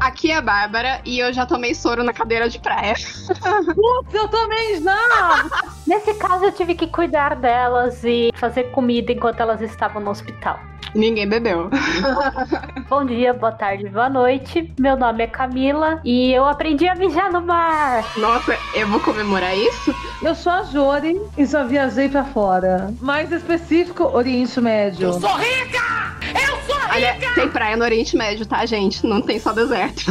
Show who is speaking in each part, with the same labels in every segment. Speaker 1: aqui é a Bárbara e eu já tomei soro na cadeira de praia.
Speaker 2: Putz, eu também já!
Speaker 3: Nesse caso, eu tive que cuidar delas e fazer comida enquanto elas estavam no hospital.
Speaker 1: Ninguém bebeu.
Speaker 3: Bom dia, boa tarde, boa noite. Meu nome é Camila e eu aprendi a mijar no mar.
Speaker 1: Nossa, eu vou comemorar isso?
Speaker 2: Eu sou a Jori e só viajei pra fora. Mais específico, Oriente Médio.
Speaker 4: Eu sou rica! Eu sou rica!
Speaker 1: Olha, tem praia no Oriente Médio, tá, gente? Não tem só deserto.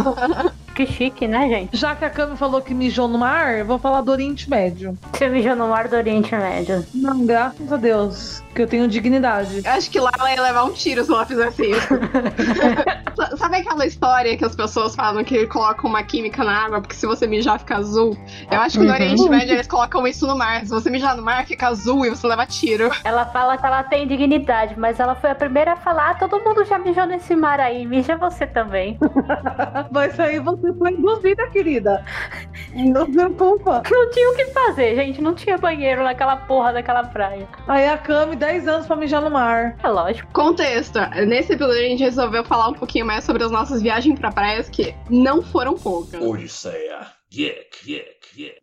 Speaker 3: Que chique, né, gente?
Speaker 2: Já que a Cami falou que mijou no mar, eu vou falar do Oriente Médio.
Speaker 3: Você mijou no mar do Oriente Médio.
Speaker 2: Não, graças a Deus, que eu tenho dignidade.
Speaker 1: Eu acho que lá ela ia levar um tiro se ela fizesse isso. S- Sabe aquela história que as pessoas falam que colocam uma química na água porque se você mijar fica azul? Eu acho que no Oriente Médio eles colocam isso no mar. Se você mijar no mar, fica azul e você leva tiro.
Speaker 3: Ela fala que ela tem dignidade, mas ela foi a primeira a falar: "Ah, todo mundo já mijou nesse mar aí, mija você também.
Speaker 2: Mas aí você foi induzida, querida. Não se preocupa.
Speaker 3: Não tinha o que fazer, gente. Não tinha banheiro naquela porra daquela praia.
Speaker 2: Aí a Cami, 10 anos pra mijar no mar.
Speaker 3: É lógico.
Speaker 1: Contexto. Nesse episódio a gente resolveu falar um pouquinho mais sobre as nossas viagens pra praias que não foram poucas.
Speaker 4: Odisseia. Yek, yek, yek.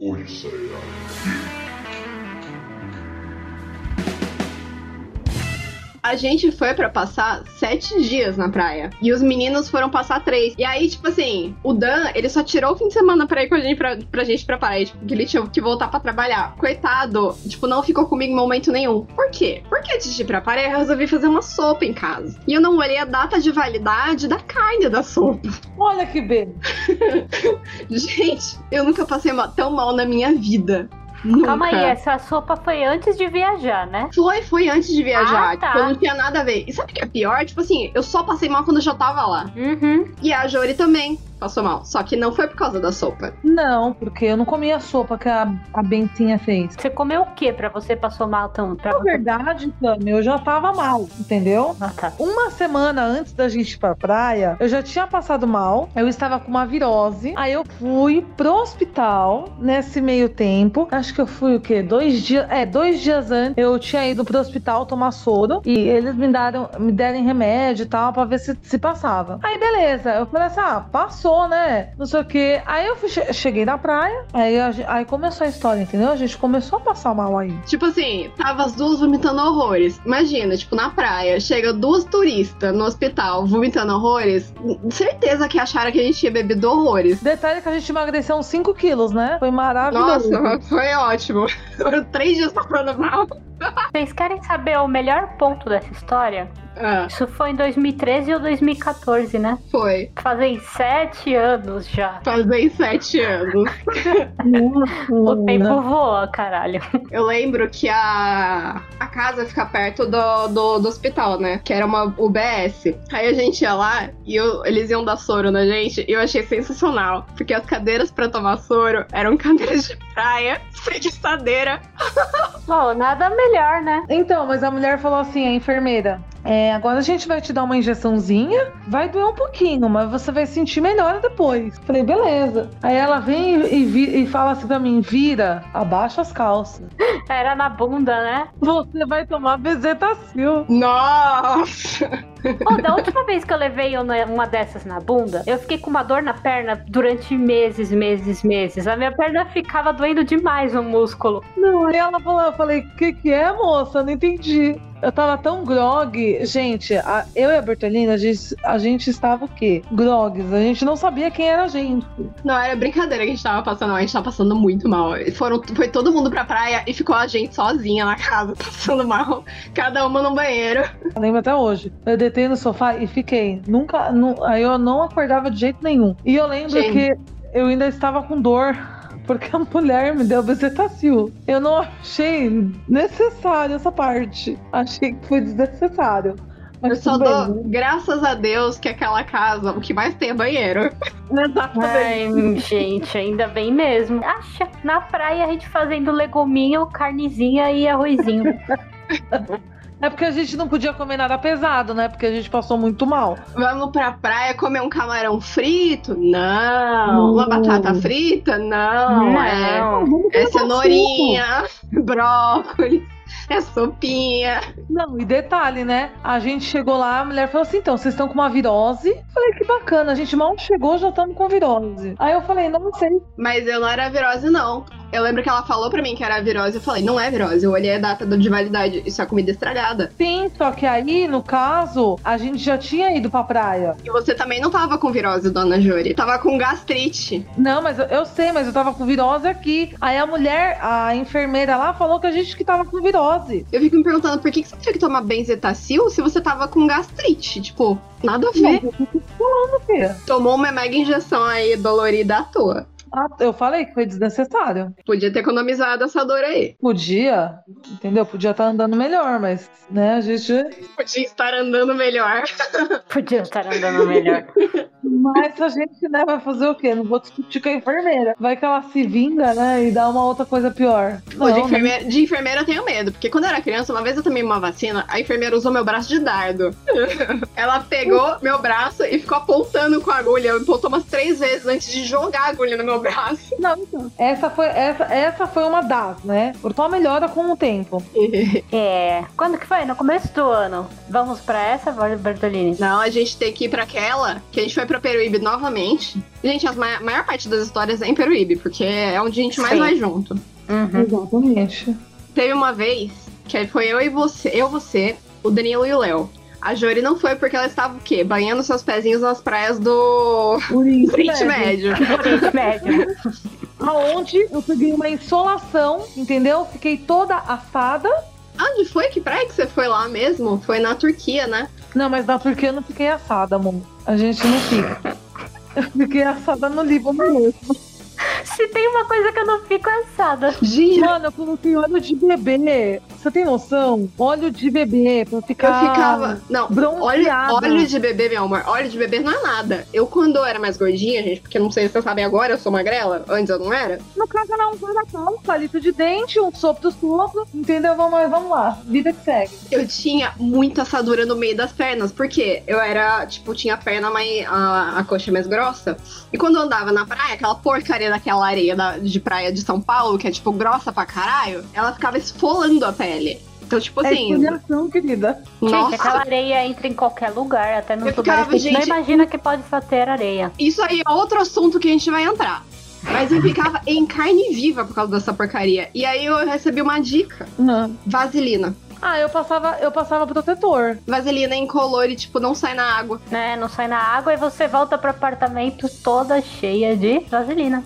Speaker 1: A gente foi pra passar sete dias na praia. E os meninos foram passar três. E aí, tipo assim, o Dan, ele só tirou o fim de semana pra ir com a gente pra, pra gente pra praia. Tipo, que ele tinha que voltar pra trabalhar. Coitado, tipo, não ficou comigo em momento nenhum. Por quê? Porque antes de ir pra praia, eu resolvi fazer uma sopa em casa. E eu não olhei a data de validade da carne da sopa.
Speaker 2: Olha que bem.
Speaker 1: Gente, eu nunca passei ma- tão mal na minha vida. Nunca.
Speaker 3: Calma aí, é- essa sopa foi antes de viajar, né?
Speaker 1: Foi, foi antes de viajar.
Speaker 3: Ah, tá.
Speaker 1: Tipo, eu não tinha nada a ver. E sabe o que é pior? Tipo assim, eu só passei mal quando eu já tava lá.
Speaker 3: Uhum.
Speaker 1: E a Jory também passou mal. Só que não foi por causa da sopa.
Speaker 2: Não, porque eu não comi a sopa que a, a Bentinha fez.
Speaker 3: Você comeu o que pra você passou mal tão? Pra...
Speaker 2: Na verdade, Cami, eu já tava mal, entendeu?
Speaker 3: Ah, tá.
Speaker 2: Uma semana antes da gente ir pra praia, eu já tinha passado mal, eu estava com uma virose, aí eu fui pro hospital nesse meio tempo. Acho que eu fui o quê? Dois dias. É, dois dias antes eu tinha ido pro hospital tomar soro e eles me deram, me deram remédio e tal pra ver se, se passava. Aí beleza, eu falei assim: ah, passou, né? Não sei o quê. Aí eu fui- che- cheguei na praia, aí, a ge- aí começou a história, entendeu? A gente começou a passar mal aí.
Speaker 1: Tipo assim, tava as duas vomitando horrores. Imagina, tipo, na praia, chega duas turistas no hospital vomitando horrores. Certeza que acharam que a gente tinha bebido horrores.
Speaker 2: Detalhe que a gente emagreceu uns 5 quilos, né? Foi maravilhoso.
Speaker 1: Nossa, foi ótimo. Foram três dias passando mal.
Speaker 3: Vocês querem saber o melhor ponto dessa história?
Speaker 1: Ah,
Speaker 3: Isso foi em 2013 ou 2014, né?
Speaker 1: foi.
Speaker 3: Fazem sete anos já.
Speaker 1: Fazem sete anos.
Speaker 3: O
Speaker 2: O
Speaker 3: tempo voa, caralho.
Speaker 1: Eu lembro que a, a casa fica perto do, do, do hospital, né? Que era uma UBS. Aí a gente ia lá e eu- eles iam dar soro na gente. E eu achei sensacional. Porque as cadeiras pra tomar soro eram cadeiras de praia, sem estadeira.
Speaker 3: Bom, nada melhor, né?
Speaker 2: Então, mas a mulher falou assim, a enfermeira, é, agora a gente vai te dar uma injeçãozinha, vai doer um pouquinho, mas você vai sentir melhor depois. Falei, beleza. Aí ela vem e, e vi- e fala assim pra mim, vira, abaixa as calças.
Speaker 3: Era na bunda, né?
Speaker 2: Você vai tomar bezetacil.
Speaker 1: Nossa!
Speaker 3: Pô, da última vez que eu levei uma uma dessas na bunda, eu fiquei com uma dor na perna durante meses, meses, meses. A minha perna ficava doendo demais o músculo.
Speaker 2: Não, aí ela falou, eu falei, o que que é, moça? Eu não entendi. Eu tava tão grog. Gente, a- eu e a Bertolina, a gente, a gente estava o quê? Grogues. A gente não sabia quem era a gente.
Speaker 1: Não, era brincadeira que a gente tava passando mal. A gente tava passando muito mal. E Foram, foi todo mundo pra praia e ficou a gente sozinha na casa, passando mal. Cada uma no banheiro.
Speaker 2: Eu lembro até hoje. Eu deitei no sofá e fiquei. Nunca. nu- aí eu não acordava de jeito nenhum. E eu lembro
Speaker 1: Gente.
Speaker 2: que eu ainda estava com dor. Porque a mulher me deu bezetacil. Eu não achei necessário essa parte. Achei que foi desnecessário.
Speaker 1: Eu
Speaker 2: Mas
Speaker 1: só
Speaker 2: tudo bem.
Speaker 1: dou graças a Deus que aquela casa, o que mais tem é banheiro.
Speaker 3: Ai, gente, ainda bem mesmo. Acha, na praia a gente fazendo leguminho, carnezinha e arrozinho.
Speaker 2: É porque a gente não podia comer nada pesado, né? Porque a gente passou muito mal.
Speaker 1: Vamos pra praia comer um camarão frito? Não.
Speaker 2: Não.
Speaker 1: Uma batata frita? Não. assim, É, é cenourinha, brócolis, é sopinha.
Speaker 2: Não, e detalhe, né? A gente chegou lá, a mulher falou assim: então, vocês estão com uma virose? Eu falei, que bacana, a gente mal chegou, já estamos com virose. Aí eu falei, não é sei.
Speaker 1: Mas eu não era virose, não. Eu lembro que ela falou pra mim que era virose. Eu falei, não é virose. Eu olhei a data de validade. Isso é comida estragada.
Speaker 2: Sim, só que aí, no caso, a gente já tinha ido pra praia.
Speaker 1: E você também não tava com virose, dona Jori. Tava com gastrite.
Speaker 2: Não, mas eu, eu sei, mas eu tava com virose aqui. Aí a mulher, a enfermeira lá, falou que a gente que tava com virose.
Speaker 1: Eu fico me perguntando por que, que você tinha que tomar benzetacil se você tava com gastrite. Tipo, nada a ver.
Speaker 2: Não, eu tô falando, filha.
Speaker 1: Tomou uma mega injeção aí dolorida à toa.
Speaker 2: Ah, eu falei que foi desnecessário.
Speaker 1: Podia ter economizado essa dor aí.
Speaker 2: Podia, entendeu? Podia estar andando melhor, mas, né, a gente.
Speaker 1: Podia estar andando melhor.
Speaker 3: Podia estar andando melhor.
Speaker 2: Mas a gente, né, vai fazer o quê? Não vou discutir com a enfermeira. Vai que ela se vinga, né, e dá uma outra coisa pior.
Speaker 1: Pô, de,
Speaker 2: Não, né?
Speaker 1: enfermeira, de enfermeira eu tenho medo, porque quando eu era criança, uma vez eu tomei uma vacina, a enfermeira usou meu braço de dardo. Ela pegou meu braço e ficou apontando com a agulha. Apontou umas três vezes antes de jogar a agulha no meu braço.
Speaker 2: Não, então. Essa foi, essa, essa foi uma das, né? Por só melhora com o tempo.
Speaker 3: É. Quando que foi? No começo do ano. Vamos pra essa, Bertolini?
Speaker 1: Não, a gente tem que ir pra aquela, que a gente foi pra Peruíbe novamente. Gente, a ma- maior parte das histórias é em Peruíbe, porque é onde a gente mais
Speaker 3: Sim.
Speaker 1: vai junto. Hum.
Speaker 3: Uhum.
Speaker 2: Exatamente.
Speaker 1: Teve uma vez que foi eu e você, eu, você, o Danilo e o Léo. A Jori não foi porque ela estava o quê? Banhando seus pezinhos nas praias do Oriente Médio.
Speaker 3: Oriente Médio.
Speaker 2: Aonde eu peguei uma insolação, entendeu? Fiquei toda assada.
Speaker 1: Onde foi? Que praia que você foi lá mesmo? Foi na Turquia, né?
Speaker 2: Não, mas na Turquia eu não fiquei assada, amor. A gente não fica. Eu fiquei assada no Líbano mesmo.
Speaker 3: Se tem uma coisa que eu não fico assada.
Speaker 1: Gente,
Speaker 2: Mano, eu coloquei óleo de bebê. Você tem noção? Óleo de bebê pra
Speaker 1: eu
Speaker 2: ficar.
Speaker 1: ficava. Não, óleo,
Speaker 2: bronzeada.
Speaker 1: óleo de bebê, meu amor. Óleo de bebê não é nada. Eu, quando eu era mais gordinha, gente, porque não sei se vocês sabem agora, eu sou magrela. Antes eu não era.
Speaker 2: No caso, era um guarda-pau, um palito de dente, um sopro do sopro. Entendeu? Vamos, vamos lá. Vida que segue.
Speaker 1: Eu tinha muita assadura no meio das pernas, porque eu era, tipo, tinha a perna mais. a, a coxa mais grossa. E quando eu andava na praia, aquela porcaria daquela areia da- de praia de São Paulo, que é, tipo, grossa pra caralho, ela ficava esfolando a pele. Então, tipo
Speaker 2: É
Speaker 1: assim,
Speaker 2: esfoliação, querida.
Speaker 3: Gente, aquela
Speaker 1: nossa,
Speaker 3: areia entra em qualquer lugar, até nos
Speaker 1: Eu
Speaker 3: lugares
Speaker 1: ficava,
Speaker 3: que a gente não
Speaker 1: gente-
Speaker 3: imagina que pode só ter areia.
Speaker 1: isso aí é outro assunto que a gente vai entrar. Mas eu ficava em carne viva por causa dessa porcaria. E aí eu recebi uma dica:
Speaker 2: Não.
Speaker 1: vaselina.
Speaker 2: Ah, eu passava, eu passava protetor.
Speaker 1: Vaselina incolor e, tipo, não sai na água.
Speaker 3: Né? Não sai na água e você volta pro apartamento toda cheia de vaselina.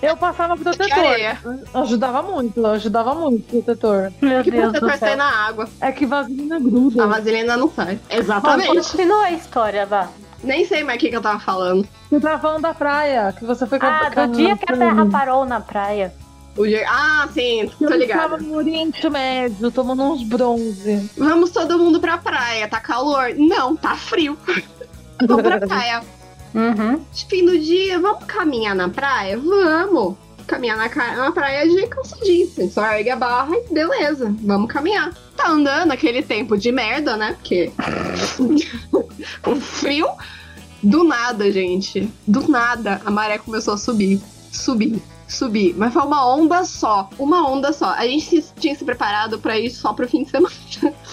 Speaker 2: Eu passava
Speaker 1: Que
Speaker 2: protetor.
Speaker 1: areia.
Speaker 2: Ajudava muito, ajudava muito o protetor.
Speaker 3: Meu
Speaker 1: Que
Speaker 3: Deus do
Speaker 1: protetor sai
Speaker 3: céu.
Speaker 1: na água.
Speaker 2: É que vaselina
Speaker 1: A
Speaker 2: gruda.
Speaker 1: vaselina não sai.
Speaker 3: Bom,
Speaker 1: Exatamente.
Speaker 3: continua a história, Vá.
Speaker 1: Nem sei mais o que, que eu tava falando.
Speaker 2: Você tava falando da praia, que você foi com a
Speaker 3: Ah, do dia que a terra tá- parou na praia.
Speaker 1: O dia- Ah, sim, tô
Speaker 2: Eu
Speaker 1: ligada.
Speaker 2: estava no Oriente Médio, tomando uns bronze.
Speaker 1: Vamos todo mundo pra praia, tá calor? Não, tá frio. Vamos pra praia.
Speaker 3: Uhum.
Speaker 1: Fim do dia, vamos caminhar na praia? Vamos. Caminhar na, ca- na praia de calça jeans. Você Só ergue a barra e beleza, vamos caminhar. Tá andando aquele tempo de merda, né? Porque. o frio. Do nada, gente. Do nada, a maré começou a subir. Subir. Subir. Mas foi uma onda só. Uma onda só. A gente se- tinha se preparado pra ir só pro fim de semana.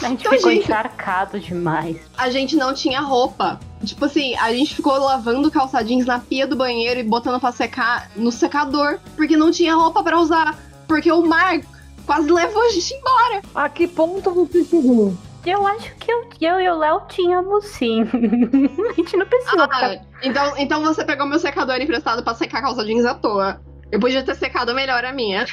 Speaker 3: A gente
Speaker 1: Então,
Speaker 3: ficou
Speaker 1: gente-
Speaker 3: encharcado demais.
Speaker 1: a gente não tinha roupa. Tipo assim, a gente ficou lavando calça jeans na pia do banheiro e botando pra secar no secador, porque não tinha roupa pra usar, porque o mar quase levou a gente embora.
Speaker 2: A que ponto você chegou?
Speaker 3: Eu acho que eu, eu e o Léo tínhamos sim. a gente não precisou ficar.
Speaker 1: então, então você pegou meu secador emprestado pra secar calça jeans à toa. Eu podia ter secado melhor a minha.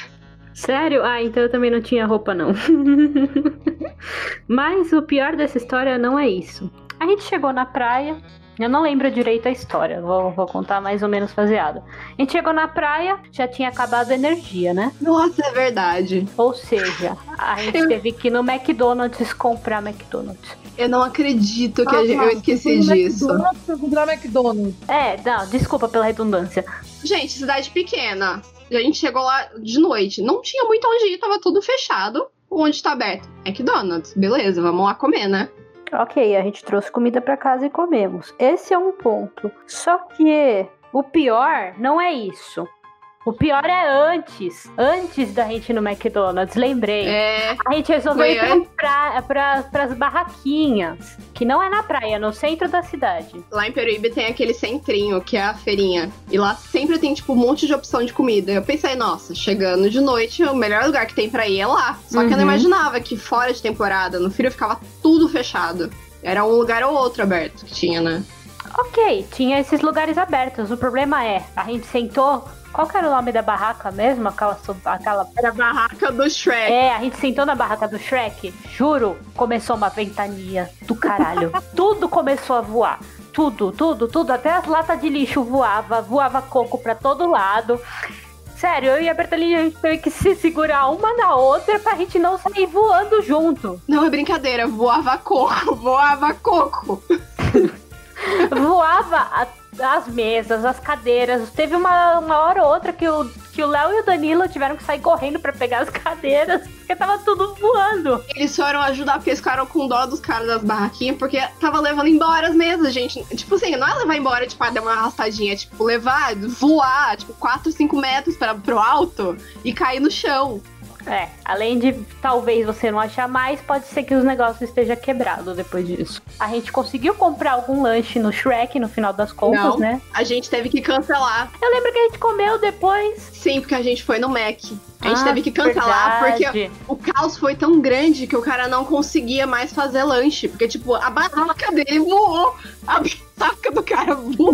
Speaker 3: Sério? Ah, então eu também não tinha roupa, não. Mas o pior dessa história não é isso. A gente chegou na praia. Eu não lembro direito a história, vou, vou contar mais ou menos faseada. A gente chegou na praia, já tinha acabado a energia, né?
Speaker 1: Nossa, é verdade.
Speaker 3: Ou seja, a gente teve que ir no McDonald's comprar McDonald's.
Speaker 1: Eu não acredito que a
Speaker 2: Ah,
Speaker 1: gente- eu
Speaker 2: nossa,
Speaker 1: esqueci
Speaker 2: fui no
Speaker 1: disso.
Speaker 2: McDonald's pra comprar McDonald's.
Speaker 3: É, não, desculpa pela redundância.
Speaker 1: Gente, cidade pequena. A gente chegou lá de noite. Não tinha muito onde ir, tava tudo fechado. Onde tá aberto? McDonald's. Beleza, vamos lá comer, né?
Speaker 3: Ok, a gente trouxe comida pra casa e comemos. Esse é um ponto. Só que o pior não é isso. O pior é antes. Antes da gente ir no McDonald's, lembrei.
Speaker 1: É.
Speaker 3: A gente resolveu
Speaker 1: Foi
Speaker 3: ir pra pra, pra, pras barraquinhas, que não é na praia, é no centro da cidade.
Speaker 1: Lá em Peruíbe tem aquele centrinho, que é a feirinha. E lá sempre tem, tipo, um monte de opção de comida. Eu pensei, nossa, chegando de noite, o melhor lugar que tem pra ir é lá. Só que eu não
Speaker 3: Uhum.
Speaker 1: imaginava que fora de temporada, no frio, ficava tudo fechado. Era um lugar ou outro aberto que tinha, né?
Speaker 3: Ok, tinha esses lugares abertos. O problema é, a gente sentou. Qual que era o nome da barraca mesmo? Aquela. so- aquela...
Speaker 1: Era a barraca do Shrek.
Speaker 3: É, a gente sentou na barraca do Shrek. Juro, começou uma ventania do caralho. tudo começou a voar. Tudo, tudo, tudo. Até as latas de lixo voava, voava coco pra todo lado. Sério, eu e a Bertolini, a gente teve que se segurar uma na outra pra gente não sair voando junto.
Speaker 1: Não é brincadeira, voava coco, voava coco.
Speaker 3: voava a- as mesas, as cadeiras. Teve uma, uma hora ou outra que o que o Léo e o Danilo tiveram que sair correndo pra pegar as cadeiras, porque tava tudo voando.
Speaker 1: Eles foram ajudar porque eles ficaram com dó dos caras das barraquinhas, porque tava levando embora as mesas, gente. Tipo assim, não é levar embora, tipo, ah, dar uma arrastadinha, é tipo, levar, voar, tipo, 4, 5 metros pra, pro alto e cair no chão.
Speaker 3: É, além de talvez você não achar mais, pode ser que os negócios estejam quebrados depois disso. A gente conseguiu comprar algum lanche no Shrek no final das contas,
Speaker 1: Não.
Speaker 3: né?
Speaker 1: A gente teve que cancelar.
Speaker 3: Eu lembro que a gente comeu depois.
Speaker 1: Sim, porque a gente foi no Mac. A gente
Speaker 3: Ah,
Speaker 1: teve que cancelar porque
Speaker 3: verdade.
Speaker 1: o caos foi tão grande que o cara não conseguia mais fazer lanche. Porque, tipo, a barraca dele voou. A barraca do cara voou.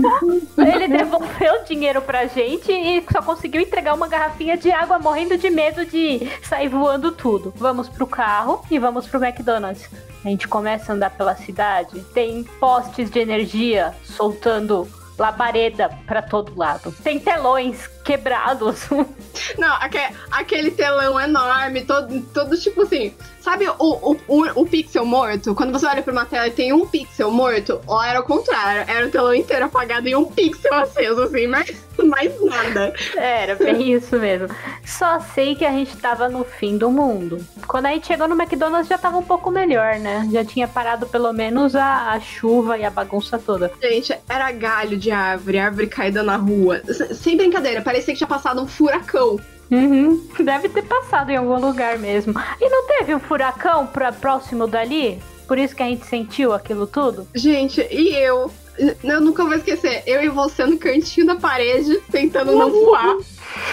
Speaker 3: Ele devolveu o dinheiro pra gente e só conseguiu entregar uma garrafinha de água morrendo de medo de sair voando tudo. Vamos pro carro e vamos pro McDonald's. A gente começa a andar pela cidade, tem postes de energia soltando labareda pra todo lado. Tem telões quebrados.
Speaker 1: Não, aque- aquele telão enorme, todo, todo tipo assim. Sabe o, o, o, o pixel morto? Quando você olha pra uma tela e tem um pixel morto, lá era o contrário. Era o telão inteiro apagado e um pixel aceso, assim, mas mais nada.
Speaker 3: Era bem isso mesmo. Só sei que a gente tava no fim do mundo. Quando a gente chegou no McDonald's já tava um pouco melhor, né? Já tinha parado pelo menos a, a chuva e a bagunça toda.
Speaker 1: Gente, era galho de árvore, árvore caída na rua. S- sem brincadeira, parecia que tinha passado um furacão.
Speaker 3: Uhum, deve ter passado em algum lugar mesmo. E não teve um furacão pra próximo dali? Por isso que a gente sentiu aquilo tudo?
Speaker 1: Gente, e eu? N- Eu nunca vou esquecer. Eu e você no cantinho da parede, tentando não voar.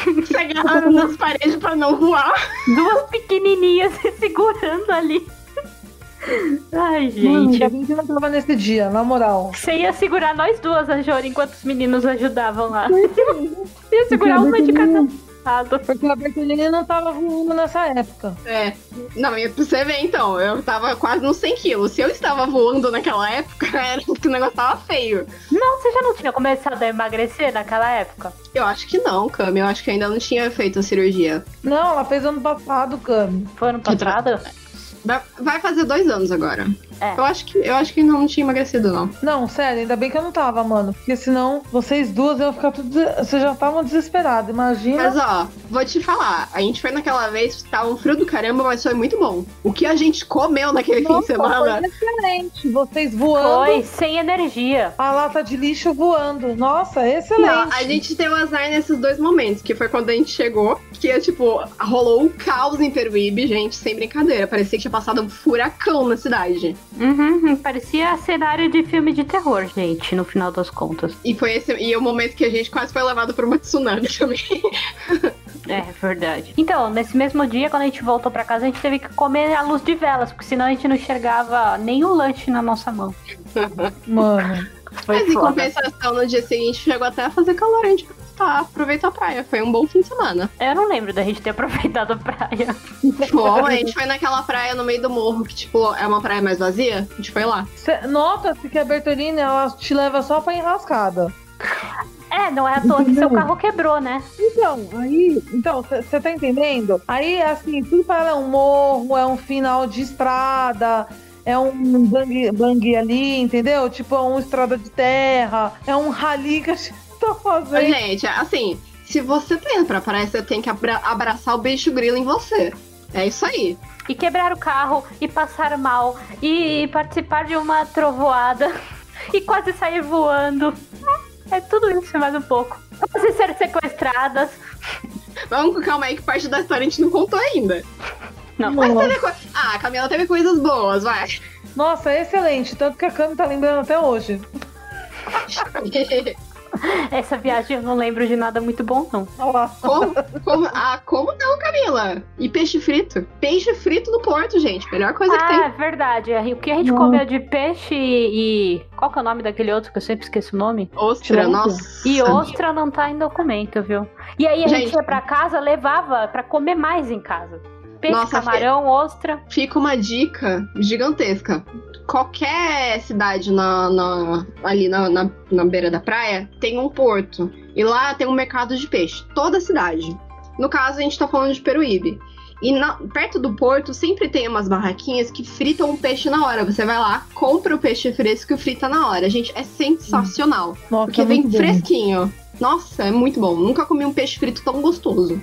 Speaker 1: Uhum. Se agarrando nas paredes pra não voar.
Speaker 3: Duas pequenininhas se segurando ali. Ai,
Speaker 2: Hum,
Speaker 3: gente.
Speaker 2: ainda bem que eu não tava nesse dia, na moral.
Speaker 3: Você ia segurar nós duas, a Jori, enquanto os meninos ajudavam lá. ia segurar uma de cada lado.
Speaker 2: Porque a Bertolini não tava voando nessa época.
Speaker 1: É. Não, e pra você ver, então, eu tava quase nos 100 quilos. Se eu estava voando naquela época, era que o negócio tava feio.
Speaker 3: Não, você já não tinha começado a emagrecer naquela época?
Speaker 1: Eu acho que não, Cami. Eu acho que ainda não tinha feito a cirurgia.
Speaker 2: Não, ela fez ano passado, Cami.
Speaker 3: Foi ano passado?
Speaker 1: Vai- Vai fazer dois anos agora.
Speaker 3: É.
Speaker 1: Eu acho que eu acho que ainda não tinha emagrecido, não.
Speaker 2: Não, sério, ainda bem que eu não tava, mano. Porque senão vocês duas iam ficar tudo. des- Vocês já estavam desesperadas, imagina.
Speaker 1: Mas ó, vou te falar. A gente foi naquela vez, tava um frio do caramba, mas foi muito bom. O que a gente comeu naquele fim de
Speaker 2: Nossa,
Speaker 1: semana.
Speaker 2: Foi diferente. Vocês voando,
Speaker 3: Foi, sem energia.
Speaker 2: a lata de lixo voando. Nossa, excelente.
Speaker 1: Não, a gente deu azar nesses dois momentos, que foi quando a gente chegou, que tipo, rolou um caos em Peruíbe, gente, sem brincadeira. Parecia que tinha passado um furacão na cidade.
Speaker 3: Uhum, parecia cenário de filme de terror, gente, no final das contas.
Speaker 1: E foi esse e é o momento que a gente quase foi levado por uma tsunami também.
Speaker 3: É verdade. Então, nesse mesmo dia, quando a gente voltou pra casa, a gente teve que comer à luz de velas, porque senão a gente não enxergava nem o lanche na nossa mão.
Speaker 2: Mano,
Speaker 3: Foi
Speaker 1: Mas em
Speaker 3: foda.
Speaker 1: compensação, no dia seguinte chegou até a fazer calor, a gente tá, aproveitou a praia. Foi um bom fim de semana.
Speaker 3: Eu não lembro da gente ter aproveitado a praia.
Speaker 1: bom, a gente foi naquela praia no meio do morro, que tipo, é uma praia mais vazia. A gente foi lá.
Speaker 2: cê- nota-se que a Bertolini ela te leva só pra enrascada.
Speaker 3: É, não é à toa que seu carro quebrou, né?
Speaker 2: Então, aí, então, você tá entendendo? Aí, assim, tudo para ela é um morro, é um final de estrada, é um bang, bang ali, entendeu? Tipo, é uma estrada de terra, é um rali que a gente tá
Speaker 1: Mas,
Speaker 2: fazendo.
Speaker 1: gente, assim, se você tá indo pra praia, você tem que abra- abraçar o bicho grilo em você. É isso aí.
Speaker 3: E quebraram o carro, e passar mal, e participar de uma trovoada, e quase é sair voando. É tudo isso e mais um pouco. Quase ser sequestradas.
Speaker 1: Vamos com calma aí que parte da história a gente não contou ainda.
Speaker 3: Não.
Speaker 1: Mas teve co... Ah, a Camila teve coisas boas, vai.
Speaker 2: Nossa, é excelente. Tanto que a Cami tá lembrando até hoje.
Speaker 3: Essa viagem eu não lembro de nada muito bom, não.
Speaker 2: Olha lá.
Speaker 1: Como, como, ah, como não, Camila? E peixe frito? Peixe frito no Porto, gente. Melhor coisa que
Speaker 3: Ah,
Speaker 1: tem.
Speaker 3: é verdade. O que a gente
Speaker 2: Não.
Speaker 3: comeu de peixe e. e- Qual que é o nome daquele outro que eu sempre esqueço o nome?
Speaker 1: Ostra,
Speaker 2: Tilápia.
Speaker 1: nossa.
Speaker 3: E ostra não tá em documento, viu? E aí a gente,
Speaker 1: Gente.
Speaker 3: ia pra casa, levava pra comer mais em casa. Peixe,
Speaker 1: Nossa,
Speaker 3: camarão, ostra.
Speaker 1: Fica uma dica gigantesca. Qualquer cidade na, na- ali na, na- na beira da praia tem um porto. E lá tem um mercado de peixe. Toda cidade. No caso, a gente tá falando de Peruíbe. E na- perto do porto sempre tem umas barraquinhas que fritam o peixe na hora. Você vai lá, compra o peixe fresco e frita na hora. Gente, é sensacional.
Speaker 2: Nossa,
Speaker 1: Porque
Speaker 2: é
Speaker 1: vem
Speaker 2: muito bom.
Speaker 1: fresquinho. Nossa, é muito bom. Nunca comi um peixe frito tão gostoso.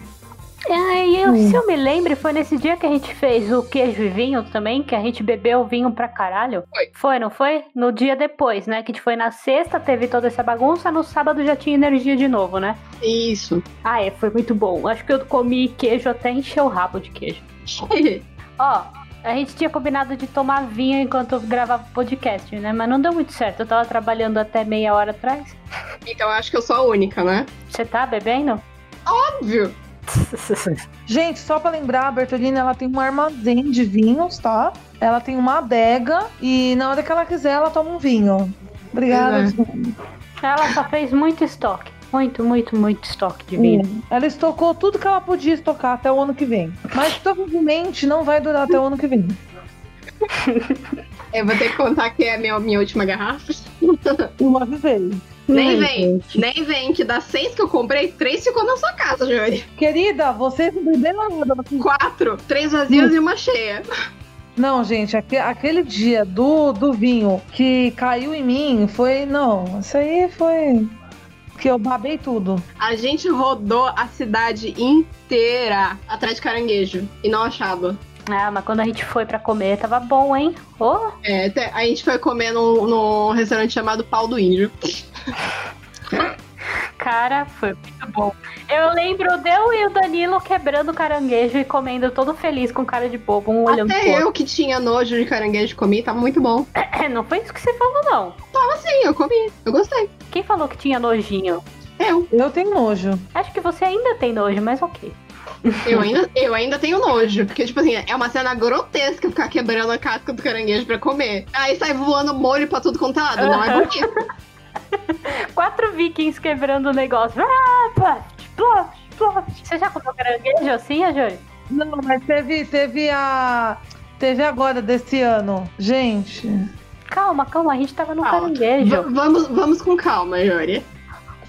Speaker 3: Ah, E eu,
Speaker 2: Hum.
Speaker 3: se eu me lembro, foi nesse dia que a gente fez o queijo e vinho também, que a gente bebeu vinho pra caralho.
Speaker 1: Foi.
Speaker 3: Foi, não foi? No dia depois, né? Que a gente foi na sexta, teve toda essa bagunça, no sábado já tinha energia de novo, né?
Speaker 1: Isso.
Speaker 3: Ah, é, foi muito bom. Acho que eu comi queijo até encher o rabo de queijo. Ó, a gente tinha combinado de tomar vinho enquanto eu gravava o podcast, né? Mas não deu muito certo. Eu tava trabalhando até meia hora atrás.
Speaker 1: então eu acho que eu sou a única, né?
Speaker 3: Você tá bebendo?
Speaker 1: Óbvio.
Speaker 2: Gente, só pra lembrar, a Bertolini ela tem um armazém de vinhos, tá? Ela tem uma adega e na hora que ela quiser, ela toma um vinho. Obrigada.
Speaker 1: É.
Speaker 2: gente.
Speaker 3: Ela só fez muito estoque. Muito, muito, muito estoque de vinho.
Speaker 2: Ela estocou tudo que ela podia estocar até o ano que vem. Mas provavelmente não vai durar até o ano que vem.
Speaker 1: Eu vou ter que contar que é a minha, minha última garrafa.
Speaker 2: Uma vez.
Speaker 1: Nem
Speaker 2: Hum,
Speaker 1: vem.
Speaker 2: gente.
Speaker 1: Nem vem, que das seis que eu comprei, três ficou na sua casa, Júlia.
Speaker 2: Querida, você é não bebeu nada.
Speaker 1: Quatro. Três vazias e uma cheia.
Speaker 2: Não, gente, aque- aquele dia do, do vinho que caiu em mim foi. Não, isso aí foi. Que eu babei tudo.
Speaker 1: A gente rodou a cidade inteira atrás de caranguejo e não achava.
Speaker 3: Ah, mas quando a gente foi pra comer, tava bom, hein? Ô,
Speaker 1: É, até- a gente foi comer num, num restaurante chamado Pau do Índio.
Speaker 3: cara, foi muito bom. Eu lembro de eu e o Danilo quebrando caranguejo e comendo todo feliz com cara de bobo, um olhando pro
Speaker 1: Até eu que tinha nojo de caranguejo comi, tava muito bom.
Speaker 3: outro. Não foi isso que você falou, não.
Speaker 1: Sim, eu comi. Eu gostei. É, um
Speaker 3: Quem falou que tinha nojinho?
Speaker 1: Eu.
Speaker 2: Eu tenho nojo.
Speaker 3: Acho que você ainda tem nojo, mas ok.
Speaker 1: Eu ainda, eu ainda tenho nojo. Porque, tipo assim, é uma cena grotesca ficar quebrando a casca do caranguejo pra comer. Aí sai voando molho pra tudo quanto é lado. Não é bonito.
Speaker 3: Quatro vikings quebrando o negócio. Ah, plof, plof, plof. Você já comeu caranguejo assim, a Júlia?
Speaker 2: Não, mas teve, teve a. Teve agora desse ano. Gente,
Speaker 3: Calma, calma, a gente tava no
Speaker 1: Calma.
Speaker 3: caranguejo.
Speaker 1: V- vamos, vamos com calma, Jori.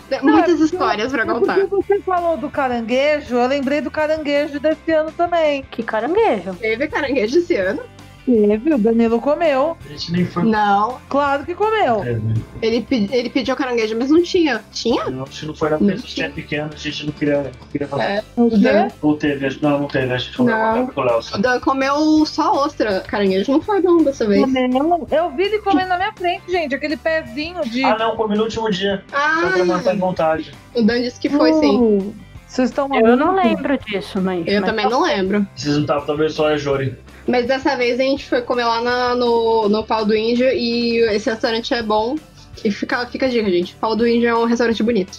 Speaker 1: Tem
Speaker 2: Não,
Speaker 1: Muitas
Speaker 2: é-
Speaker 1: histórias pra contar.
Speaker 2: porque você falou do caranguejo, eu lembrei do caranguejo desse ano também.
Speaker 3: Que caranguejo?
Speaker 1: Teve caranguejo esse ano?
Speaker 2: Teve, o É, Danilo comeu.
Speaker 5: A gente nem foi.
Speaker 1: Não.
Speaker 2: Claro que comeu.
Speaker 5: É, né?
Speaker 1: Ele, pe- ele pediu caranguejo, mas não tinha. Tinha?
Speaker 5: Eu acho que não foi na
Speaker 1: Não.
Speaker 5: mesa, a gente é pequeno, a gente não queria, não queria fazer.
Speaker 1: É.
Speaker 2: O
Speaker 1: Dan,
Speaker 5: Ou teve, acho- não, não teve, a gente foi
Speaker 1: Não.
Speaker 5: com o Léo. só.
Speaker 1: Dan comeu só ostra. Caranguejo não foi não dessa vez.
Speaker 2: comeu. Eu vi ele comendo na minha frente, gente. Aquele pezinho de.
Speaker 5: Ah, não, comi no último dia. Foi pra matar
Speaker 1: Ah,
Speaker 5: de vontade.
Speaker 1: o Dan disse que foi sim.
Speaker 2: Uh, Vocês estão
Speaker 3: Eu não
Speaker 2: malucos?
Speaker 3: lembro disso, mas.
Speaker 1: Eu
Speaker 3: mas
Speaker 1: também não lembro.
Speaker 5: Vocês não estavam, talvez só a Jori.
Speaker 1: Mas dessa vez a gente foi comer lá na- no, no Pau do Índio e esse restaurante é bom. E fica, fica a dica, gente. Pau do Índio é um restaurante bonito.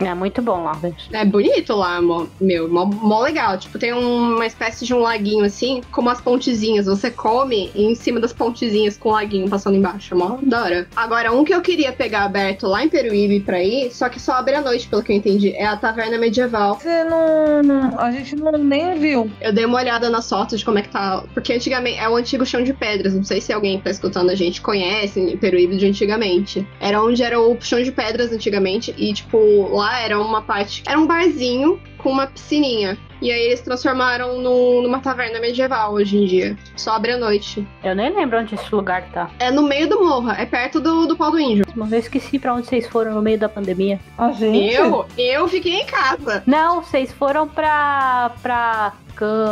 Speaker 3: É muito bom lá, gente.
Speaker 1: É bonito lá, mó- meu. Mó, mó legal. Tipo, tem um- uma espécie de um laguinho assim, com umas pontezinhas. Você come e em cima das pontezinhas com o laguinho passando embaixo. É Mó da hora. Agora, um que eu queria pegar aberto lá em Peruíbe pra ir, só que só abre à noite, pelo que eu entendi, é a Taverna Medieval.
Speaker 2: Você não. A gente não nem viu.
Speaker 1: Eu dei uma olhada nas fotos de como é que tá. Porque antigamente é o antigo chão de pedras. Não sei se alguém que tá escutando a gente conhece em Peruíbe de antigamente. Era onde era o chão de pedras antigamente. E, tipo, lá era uma parte. Era um barzinho com uma piscininha. E aí eles transformaram num- numa taverna medieval hoje em dia. Só abre à noite.
Speaker 3: Eu nem lembro onde esse lugar tá.
Speaker 1: É no meio do morro, é perto do, do pau do índio.
Speaker 3: Mas eu esqueci pra onde vocês foram no meio da pandemia.
Speaker 2: A gente.
Speaker 1: Eu, eu fiquei em casa.
Speaker 3: Não, vocês foram pra. pra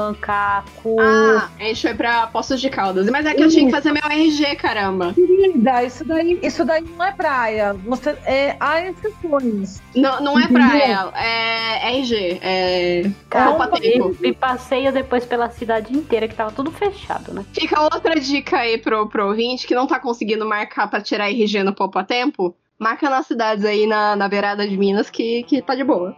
Speaker 3: Canca, cu.
Speaker 1: Ah, a gente foi pra Poços de Caldas. Mas é que eu tinha que fazer meu RG, caramba.
Speaker 2: Querida, isso daí, isso daí não é praia. Você, é, há exceções.
Speaker 1: Não, não é praia, é RG. É. Roupa tempo.
Speaker 3: e, e passeio depois pela cidade inteira, que tava tudo fechado, né?
Speaker 1: Fica outra dica aí pro, pro ouvinte que não tá conseguindo marcar pra tirar RG no Poupa Tempo. Marca nas cidades aí na, na beirada de Minas que, que tá de boa.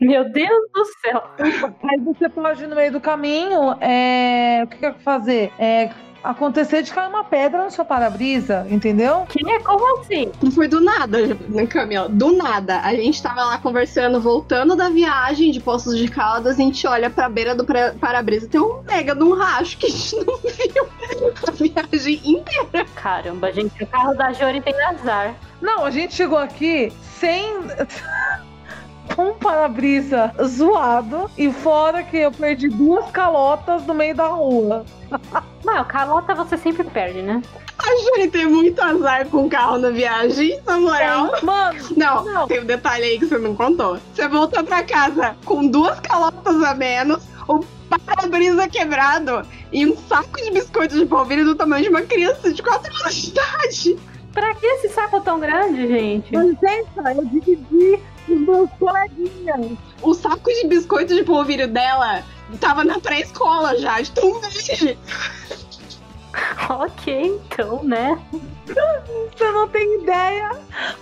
Speaker 3: Meu Deus do céu.
Speaker 2: Aí você pode, no meio do caminho, é, o que que eu vou fazer? É, acontecer de cair uma pedra no seu para-brisa, entendeu?
Speaker 3: Que é como assim?
Speaker 1: Não foi do nada, né, Camila. Do nada. A gente tava lá conversando, voltando da viagem de Poços de Caldas, a gente olha pra beira do pra- para-brisa, tem um mega de um racho que a gente não viu a viagem inteira.
Speaker 3: Caramba, gente, o carro da Jory tem azar.
Speaker 2: Não, a gente chegou aqui sem. Com um para-brisa zoado e fora que eu perdi duas calotas no meio da rua.
Speaker 3: Mas o calota você sempre perde, né?
Speaker 1: A Júlia tem muito azar com o carro na viagem, na moral.
Speaker 2: Mano,
Speaker 1: Não,
Speaker 2: Não.
Speaker 1: tem um detalhe aí que você não contou. Você voltou pra casa com duas calotas a menos, o para-brisa quebrado e um saco de biscoitos de polvilho do tamanho de uma criança de 4 anos de idade.
Speaker 3: Pra que esse saco tão grande, gente?
Speaker 2: licença, eu dividi os meus coleguinhas.
Speaker 1: O saco de biscoito de polvilho dela tava na pré-escola já, de tão grande.
Speaker 3: ok, então, né?
Speaker 2: Você não tem ideia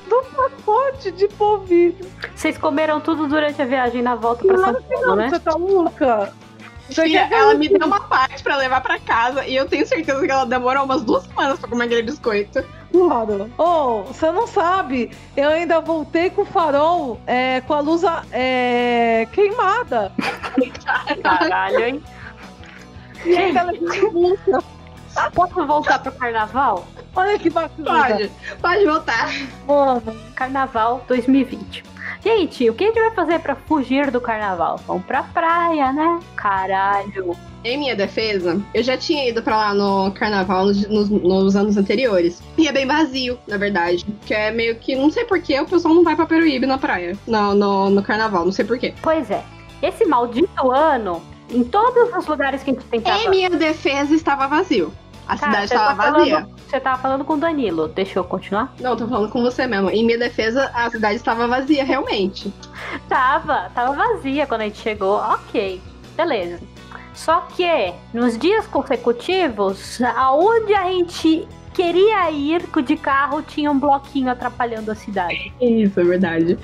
Speaker 2: do pacote de polvilho.
Speaker 3: Vocês comeram tudo durante a viagem na volta pra
Speaker 2: Claro
Speaker 3: São Paulo, né?
Speaker 2: Você tá louca? Você
Speaker 1: Filha,
Speaker 2: quer que é
Speaker 1: ela
Speaker 2: eu-
Speaker 1: me deu uma parte pra levar pra casa e eu tenho certeza que ela demorou umas duas semanas pra comer aquele biscoito.
Speaker 2: Claro. Oh, um você não sabe. Eu ainda voltei com o farol é, com a luz a- é, queimada.
Speaker 1: tá
Speaker 3: Caralho, hein? Gente,
Speaker 2: um
Speaker 3: posso voltar pro carnaval?
Speaker 2: Olha que bacana.
Speaker 1: Pode, pode voltar.
Speaker 2: Mano,
Speaker 3: Carnaval 2020. Gente, o que a gente vai fazer pra fugir do carnaval? Vamos pra praia, né? Caralho.
Speaker 1: Em minha defesa, eu já tinha ido pra lá no carnaval nos, nos- nos anos anteriores. E é bem vazio, na verdade. Que é meio que, não sei porquê, o pessoal não vai pra Peruíbe na praia. No, no, no carnaval, não sei porquê.
Speaker 3: Pois é. Esse maldito ano, em todos os lugares que a gente tentava...
Speaker 1: Em minha defesa, estava vazio. A
Speaker 3: Cara,
Speaker 1: cidade
Speaker 3: você
Speaker 1: estava
Speaker 3: tá
Speaker 1: vazia.
Speaker 3: falando- Você tava falando com o Danilo. Deixa eu continuar?
Speaker 1: Não, tô falando com você mesmo. Em minha defesa, a cidade estava vazia, realmente.
Speaker 3: Tava, tava vazia quando a gente chegou. Ok, beleza. Só que nos dias consecutivos, aonde a gente queria ir de carro tinha um bloquinho atrapalhando a cidade.
Speaker 1: Isso, é verdade.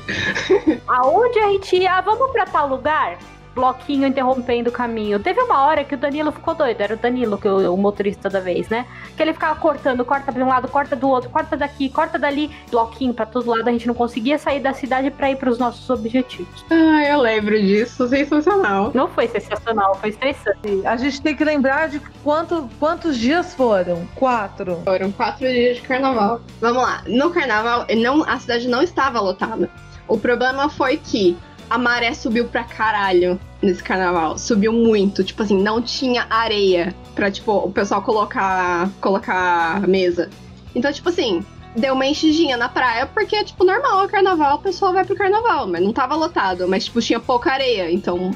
Speaker 3: Aonde a gente ia, ah, vamos pra tal lugar? Bloquinho interrompendo o caminho. Teve uma hora que o Danilo ficou doido. Era o Danilo, que é o, o motorista da vez, né? Que ele ficava cortando, corta de um lado, corta do outro, corta daqui, corta dali. Bloquinho pra todo lado. A gente não conseguia sair da cidade pra ir pros nossos objetivos.
Speaker 1: Ah, eu lembro disso. Sensacional.
Speaker 3: Não foi sensacional, foi estressante.
Speaker 2: a gente tem que lembrar de quanto, quantos dias foram. Quatro.
Speaker 1: Foram quatro dias de carnaval. Vamos lá. No carnaval, não, a cidade não estava lotada. O problema foi que a maré subiu pra caralho nesse carnaval. Subiu muito. Tipo assim, não tinha areia pra, tipo, o pessoal colocar, colocar mesa. Então, tipo assim, deu uma enchidinha na praia, porque, tipo, normal, é carnaval, o pessoal vai pro carnaval. Mas não tava lotado. Mas, tipo, tinha pouca areia. Então,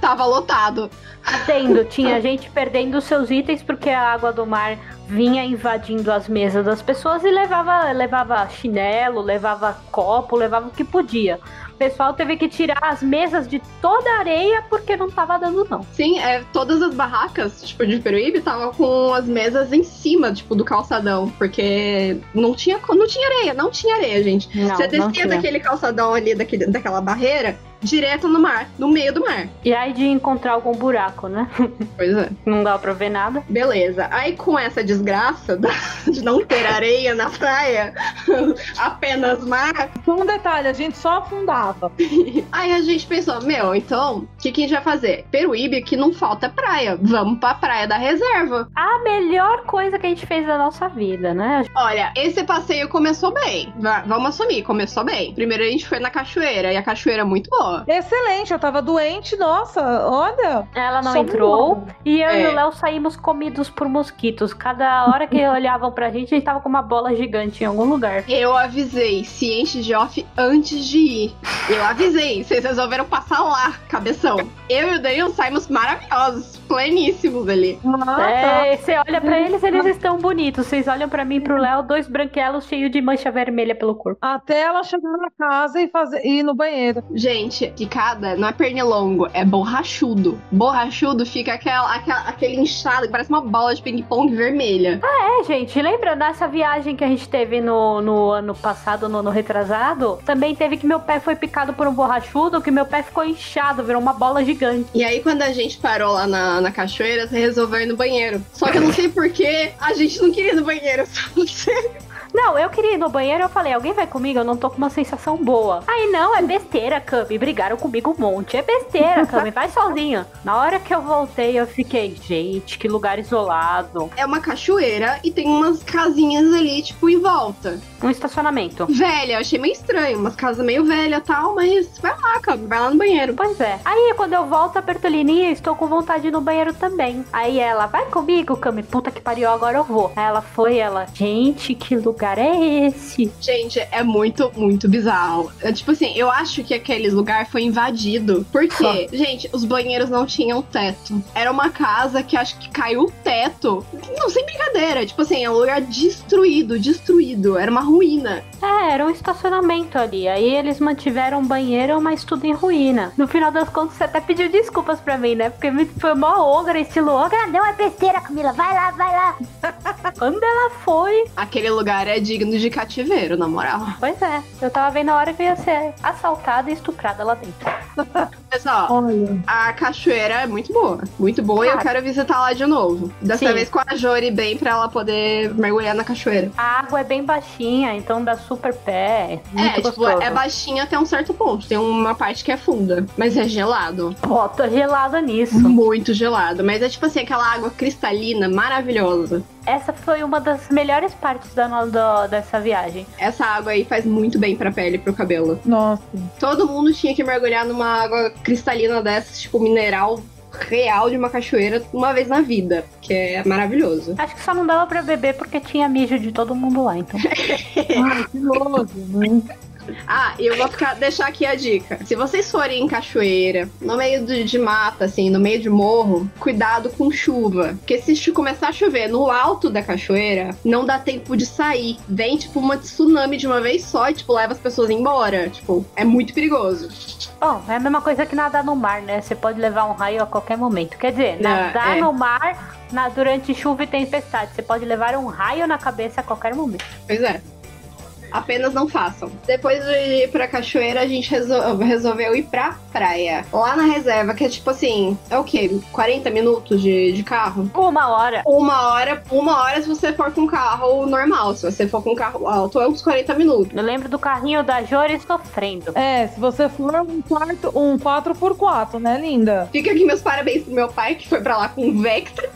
Speaker 1: tava lotado.
Speaker 3: Tendo, tinha gente perdendo os seus itens porque a água do mar vinha invadindo as mesas das pessoas e levava, levava chinelo, levava copo, levava o que podia. O pessoal teve que tirar as mesas de toda a areia porque não tava dando, não.
Speaker 1: Sim, é, todas as barracas, tipo, de Peruíbe, estavam com as mesas em cima, tipo, do calçadão, porque não tinha, co- não tinha areia, não tinha areia, gente.
Speaker 3: Não,
Speaker 1: Você
Speaker 3: não
Speaker 1: descia
Speaker 3: tinha.
Speaker 1: daquele calçadão ali, daquele, daquela barreira, direto no mar, no meio do mar.
Speaker 3: E aí de encontrar algum buraco, né?
Speaker 1: Pois é.
Speaker 3: Não dava pra ver nada.
Speaker 1: Beleza. Aí com essa desgraça da- de não ter areia na praia, apenas mar,
Speaker 2: Só um detalhe, a gente só afundava.
Speaker 1: aí a gente pensou, meu, então, o que, que a gente vai fazer? Peruíbe que não falta praia, vamos pra praia da reserva.
Speaker 3: A melhor coisa que a gente fez da nossa vida, né?
Speaker 1: Olha, esse passeio começou bem. Va- vamos assumir, começou bem. Primeiro a gente foi na cachoeira, e a cachoeira é muito boa. dela?
Speaker 2: Excelente, eu tava doente, nossa, olha.
Speaker 3: Ela não
Speaker 2: Só um
Speaker 3: entrou.
Speaker 2: nome.
Speaker 3: E eu e
Speaker 1: É.
Speaker 3: o Léo saímos comidos por mosquitos. Cada hora que olhavam pra gente, a gente tava com uma bola gigante em algum lugar.
Speaker 1: Eu avisei, se enche de off antes de ir. Eu avisei, vocês resolveram passar lá, cabeção. Eu e o Daniel saímos maravilhosos, pleníssimos ali.
Speaker 2: Ah,
Speaker 3: É, você olha pra eles, eles estão bonitos. Vocês olham pra mim e pro Léo, dois branquelos cheios de mancha vermelha pelo corpo.
Speaker 2: tá. Até ela chegar na casa e fazer ir no banheiro.
Speaker 1: Gente, picada não é pernilongo, é borrachudo. Borrachudo fica aquela, aquela- aquele inchado que parece uma bola de ping-pong vermelha.
Speaker 3: É, gente, lembra dessa viagem que a gente teve no, no ano passado, no ano retrasado? Também teve que meu pé foi picado por um borrachudo, que meu pé ficou inchado, virou uma bola gigante.
Speaker 1: E aí, quando a gente parou lá na, na cachoeira, você resolveu ir no banheiro. Só que eu não sei porquê, a gente não queria ir no banheiro. só você.
Speaker 3: Não, eu queria ir no banheiro, eu falei, alguém vai comigo? Eu não tô com uma sensação boa. Aí, não, é besteira, Cami. Brigaram comigo um monte. É besteira, Cami, vai sozinha. Na hora que eu voltei, eu fiquei, gente, que lugar isolado.
Speaker 1: É uma cachoeira e tem umas casinhas ali, tipo, em volta.
Speaker 3: Um estacionamento.
Speaker 1: Velha, eu achei meio estranho. Umas casas meio velha e tal, mas vai lá, cara, vai lá no banheiro.
Speaker 3: Pois é. Aí quando eu volto, a Bertolini, eu estou com vontade de ir no banheiro também. Aí ela, vai comigo, Cami. Puta que pariu, agora eu vou. Aí ela foi, ela, gente, que lugar é esse?
Speaker 1: Gente, é muito, muito bizarro. É, tipo assim, eu acho que aquele lugar foi invadido. Por quê? Gente, os banheiros não tinham teto. Era uma casa que acho que caiu o teto. Não, sem brincadeira. Tipo assim, é um lugar destruído, destruído. Era uma ruína.
Speaker 3: É, era um estacionamento ali. Aí eles mantiveram o banheiro, mas tudo em ruína. No final das contas, você até pediu desculpas pra mim, né? Porque me- foi mó ogra, estilo ogra. Não é besteira, Camila, vai lá, vai lá. Quando ela foi,
Speaker 1: Aquele lugar é digno de cativeiro, na moral.
Speaker 3: pois é. Eu tava vendo a hora que eu ia ser assaltada e estuprada lá dentro.
Speaker 1: Mas ó,
Speaker 2: Olha.
Speaker 1: a cachoeira é muito boa. Muito boa e eu
Speaker 3: Cara.
Speaker 1: quero visitar lá de novo. Dessa
Speaker 3: Sim.
Speaker 1: vez com a Jory bem pra ela poder mergulhar na cachoeira.
Speaker 3: A água é bem baixinha, então dá super pé. É, muito
Speaker 1: é, tipo,
Speaker 3: gostoso.
Speaker 1: é baixinha até um certo ponto. Tem uma parte que é funda, mas é gelado.
Speaker 3: Pô, tô gelada nisso.
Speaker 1: Muito gelado. Mas é tipo assim, aquela água cristalina maravilhosa.
Speaker 3: Essa foi uma das melhores partes da, no- do- dessa viagem.
Speaker 1: Essa água aí faz muito bem pra pele e pro cabelo.
Speaker 2: Nossa.
Speaker 1: Todo mundo tinha que mergulhar numa água cristalina dessas, tipo, mineral real de uma cachoeira, uma vez na vida, que é maravilhoso.
Speaker 3: Acho que só não dava pra beber porque tinha mijo de todo mundo lá, então.
Speaker 2: Ai, que nojo, né?
Speaker 1: Ah, e eu vou ficar, deixar aqui a dica. Se vocês forem em cachoeira, no meio de, de mata, assim, no meio de morro, cuidado com chuva. Porque se chu- começar a chover no alto da cachoeira, não dá tempo de sair. Vem, tipo, uma tsunami de uma vez só e, tipo, leva as pessoas embora. Tipo, é muito perigoso.
Speaker 3: Bom, é a mesma coisa que nadar no mar, né? Você pode levar um raio a qualquer momento. Quer dizer,
Speaker 1: Não,
Speaker 3: nadar
Speaker 1: é.
Speaker 3: no mar na- durante chuva e tempestade. Você pode levar um raio na cabeça a qualquer momento.
Speaker 1: Pois é. Apenas não façam. Depois de ir pra cachoeira, a gente resol- resolveu ir pra praia. Lá na reserva, que é tipo assim, é o quê? 40 minutos de, de carro?
Speaker 3: Uma hora.
Speaker 1: Uma hora, uma hora se você for com carro normal. Se você for com carro alto, é uns 40 minutos.
Speaker 3: Eu lembro do carrinho da Jori sofrendo.
Speaker 2: É, se você for um quarto, um 4x4, né, linda?
Speaker 1: Fica aqui meus parabéns pro meu pai, que foi pra lá com o Vectra.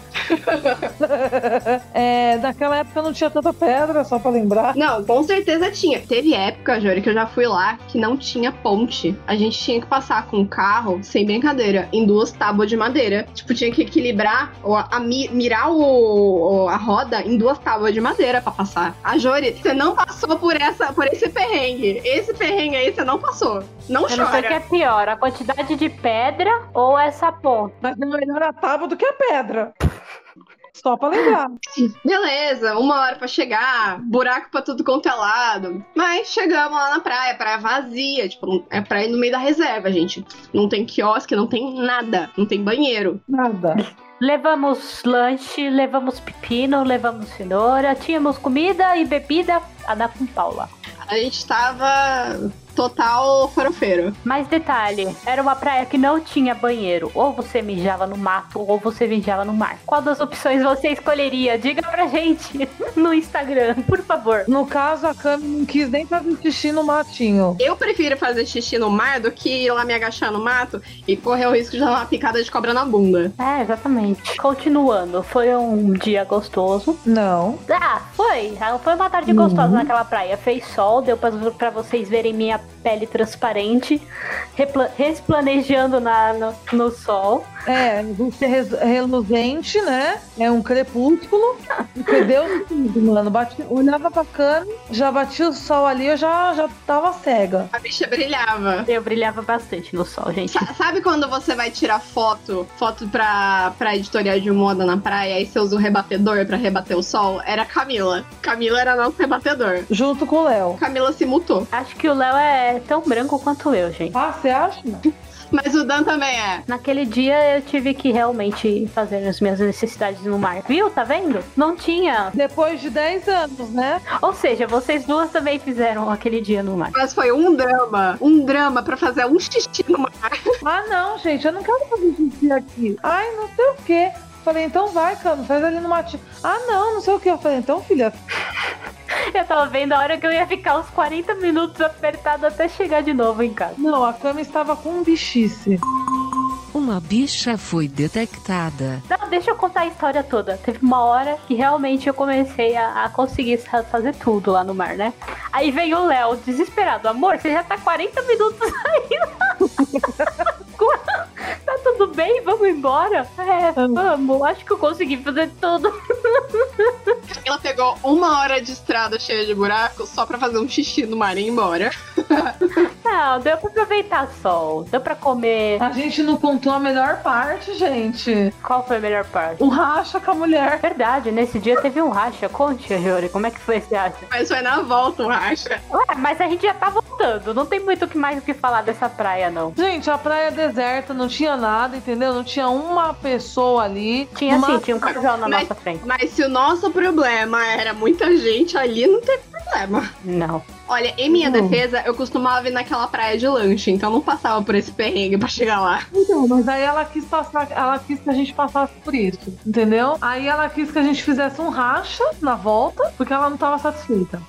Speaker 2: É, naquela época não tinha tanta pedra, só pra lembrar.
Speaker 1: Não, com certeza tinha. Teve época, Jori, que eu já fui lá, que não tinha ponte. A gente tinha que passar com o carro, sem brincadeira, em duas tábuas de madeira. Tipo, tinha que equilibrar, ou a, a mi- mirar o, o- a roda em duas tábuas de madeira pra passar. A Jori, você não passou por, essa, por esse perrengue. Esse perrengue aí, você não passou. Não
Speaker 3: Eu
Speaker 1: chora.
Speaker 3: não sei o que é pior, a quantidade de pedra ou essa ponta.
Speaker 2: Mas é melhor a tábua do que a pedra. Só pra lembrar.
Speaker 1: Beleza, uma hora pra chegar, buraco pra tudo quanto é lado. Mas chegamos lá na praia, praia vazia, tipo, não- é praia no meio da reserva, gente. Não tem quiosque, não tem nada, não tem banheiro.
Speaker 2: Nada.
Speaker 3: Levamos lanche, levamos pepino, levamos cenoura, tínhamos comida e bebida a dar com Paula.
Speaker 1: A gente tava total farofeiro.
Speaker 3: Mas detalhe, era uma praia que não tinha banheiro. Ou você mijava no mato, ou você mijava no mar. Qual das opções você escolheria? Diga pra gente no Instagram, por favor.
Speaker 2: No caso, a Cami não quis nem fazer xixi no matinho.
Speaker 1: Eu prefiro fazer xixi no mar do que ir lá me agachar no mato e correr o risco de dar uma picada de cobra na bunda.
Speaker 3: É, exatamente. Continuando, foi um dia gostoso.
Speaker 2: Não.
Speaker 3: Uhum. Ah, foi. Foi uma tarde gostosa naquela praia. Fez sol, deu pra, pra vocês verem minha pele transparente, repla- resplanejando na, no, no sol.
Speaker 2: É, você res- reluzente, né? É um crepúsculo. Entendeu? Tudo, Mano, bati, olhava pra cama, já batia o sol ali, eu já, já tava cega.
Speaker 1: A bicha brilhava.
Speaker 3: Eu brilhava bastante no sol, gente.
Speaker 1: Sa- Sabe quando você vai tirar foto, foto pra, pra editorial de moda na praia, e você usa um rebatedor pra rebater o sol? Era a Camila. Camila era nosso rebatedor.
Speaker 2: Junto com o Léo.
Speaker 1: Camila se mutou.
Speaker 3: Acho que o Léo é tão branco quanto eu, gente.
Speaker 2: Ah, você acha?
Speaker 1: Mas o Dan também é.
Speaker 3: Naquele dia eu tive que realmente fazer as minhas necessidades no mar. Viu? Tá vendo? Não tinha.
Speaker 2: Depois de 10 anos, né?
Speaker 3: Ou seja, vocês duas também fizeram aquele dia no mar.
Speaker 1: Mas foi um drama. Um drama pra fazer um xixi no mar.
Speaker 2: Ah, não, gente, eu não quero fazer xixi aqui. Ai, não sei o quê. Falei, então vai, Cano, faz ali no matinho. Ah, não, não sei o quê. Eu falei, então, filha,
Speaker 3: Eu tava vendo a hora que eu ia ficar uns 40 minutos apertado até chegar de novo em casa.
Speaker 2: não, a cama estava com um bichice.
Speaker 6: Uma bicha foi detectada.
Speaker 3: Não, deixa eu contar a história toda. Teve uma hora que realmente eu comecei a, a conseguir sa- fazer tudo lá no mar, né? Aí veio o Léo, desesperado. Amor, você já tá 40 minutos aí lá. tá tudo bem? Vamos embora? É, vamos. Acho que eu consegui fazer tudo.
Speaker 1: Camila pegou uma hora de estrada cheia de buracos só pra fazer um xixi no mar e ir embora.
Speaker 3: Não, deu pra aproveitar sol. Deu pra comer.
Speaker 2: A gente não contou a melhor parte, gente.
Speaker 3: Qual foi a melhor parte?
Speaker 2: O racha com a mulher.
Speaker 3: Verdade, nesse dia teve um racha. Conte, Jori, como é que foi esse racha?
Speaker 1: Mas foi na volta, o racha.
Speaker 3: Ué, mas a gente já tá voltando. Não tem muito o que mais o que falar dessa praia, não.
Speaker 2: Gente, a praia é deserta, não tinha nada, entendeu? Não tinha uma pessoa ali.
Speaker 3: Tinha
Speaker 2: uma...
Speaker 3: sim, tinha um casal na
Speaker 1: Mas-
Speaker 3: nossa frente.
Speaker 1: Mas se o nosso problema era muita gente ali, não teve problema.
Speaker 3: Não.
Speaker 1: Olha, em minha
Speaker 2: Não.
Speaker 1: defesa, eu costumava ir naquela praia de lanche, então não passava por esse perrengue pra chegar lá.
Speaker 2: Então, mas aí ela quis passar, ela quis que a gente passasse por isso, entendeu? Aí ela quis que a gente fizesse um racha na volta, porque ela não tava satisfeita.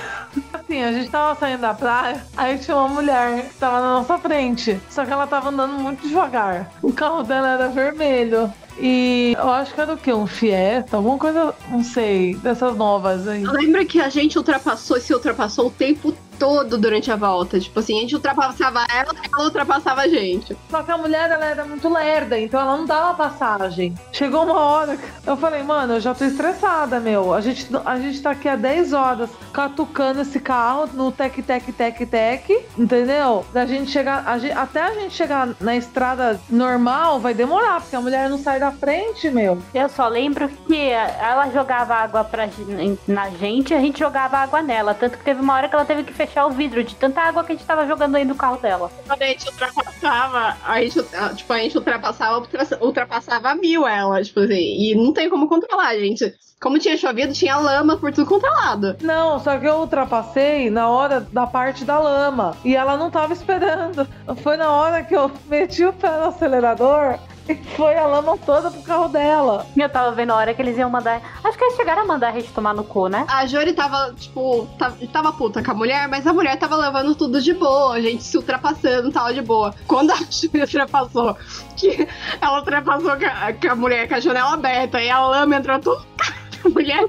Speaker 2: Assim, a gente tava saindo da praia, aí tinha uma mulher que tava na nossa frente. Só que ela tava andando muito devagar. O carro dela era vermelho. E eu acho que era o quê? Um Fiesta? Alguma coisa, não sei, dessas novas aí.
Speaker 1: Lembra que a gente ultrapassou e se ultrapassou o tempo todo durante a volta. Tipo assim, a gente ultrapassava ela, ela ultrapassava a gente.
Speaker 2: Só que a mulher, ela era muito lerda, então ela não dava passagem. Chegou uma hora que eu falei, mano, eu já tô estressada, meu. A gente, a gente tá aqui há 10 horas catucando esse carro no tec, tec, tec, tec, entendeu? Da gente chegar, a gente- até a gente chegar na estrada normal, vai demorar, porque a mulher não sai da frente, meu.
Speaker 3: Eu só lembro que ela jogava água pra, gen- na gente e a gente jogava água nela. Tanto que teve uma hora que ela teve que fechar o vidro de tanta água que a gente tava jogando aí no carro dela.
Speaker 1: Quando a gente ultrapassava, a gente, tipo, a gente ultrapassava, ultra- ultrapassava a mil ela, tipo assim, e não tem como controlar, gente. Como tinha chovido, tinha lama por tudo quanto é lado.
Speaker 2: Não, só que eu ultrapassei na hora da parte da lama. E ela não tava esperando. Foi na hora que eu meti o pé no acelerador e foi a lama toda pro carro dela.
Speaker 3: E eu tava vendo a hora que eles iam mandar. Acho que eles chegaram a mandar a gente tomar no cu, né?
Speaker 1: A Jory tava, tipo, ta- tava, puta com a mulher, mas a mulher tava levando tudo de boa, a gente se ultrapassando, tava de boa. Quando a Jory ultrapassou, que ela ultrapassou com a, com a mulher com a janela aberta e a lama entrou tudo na cara da mulher,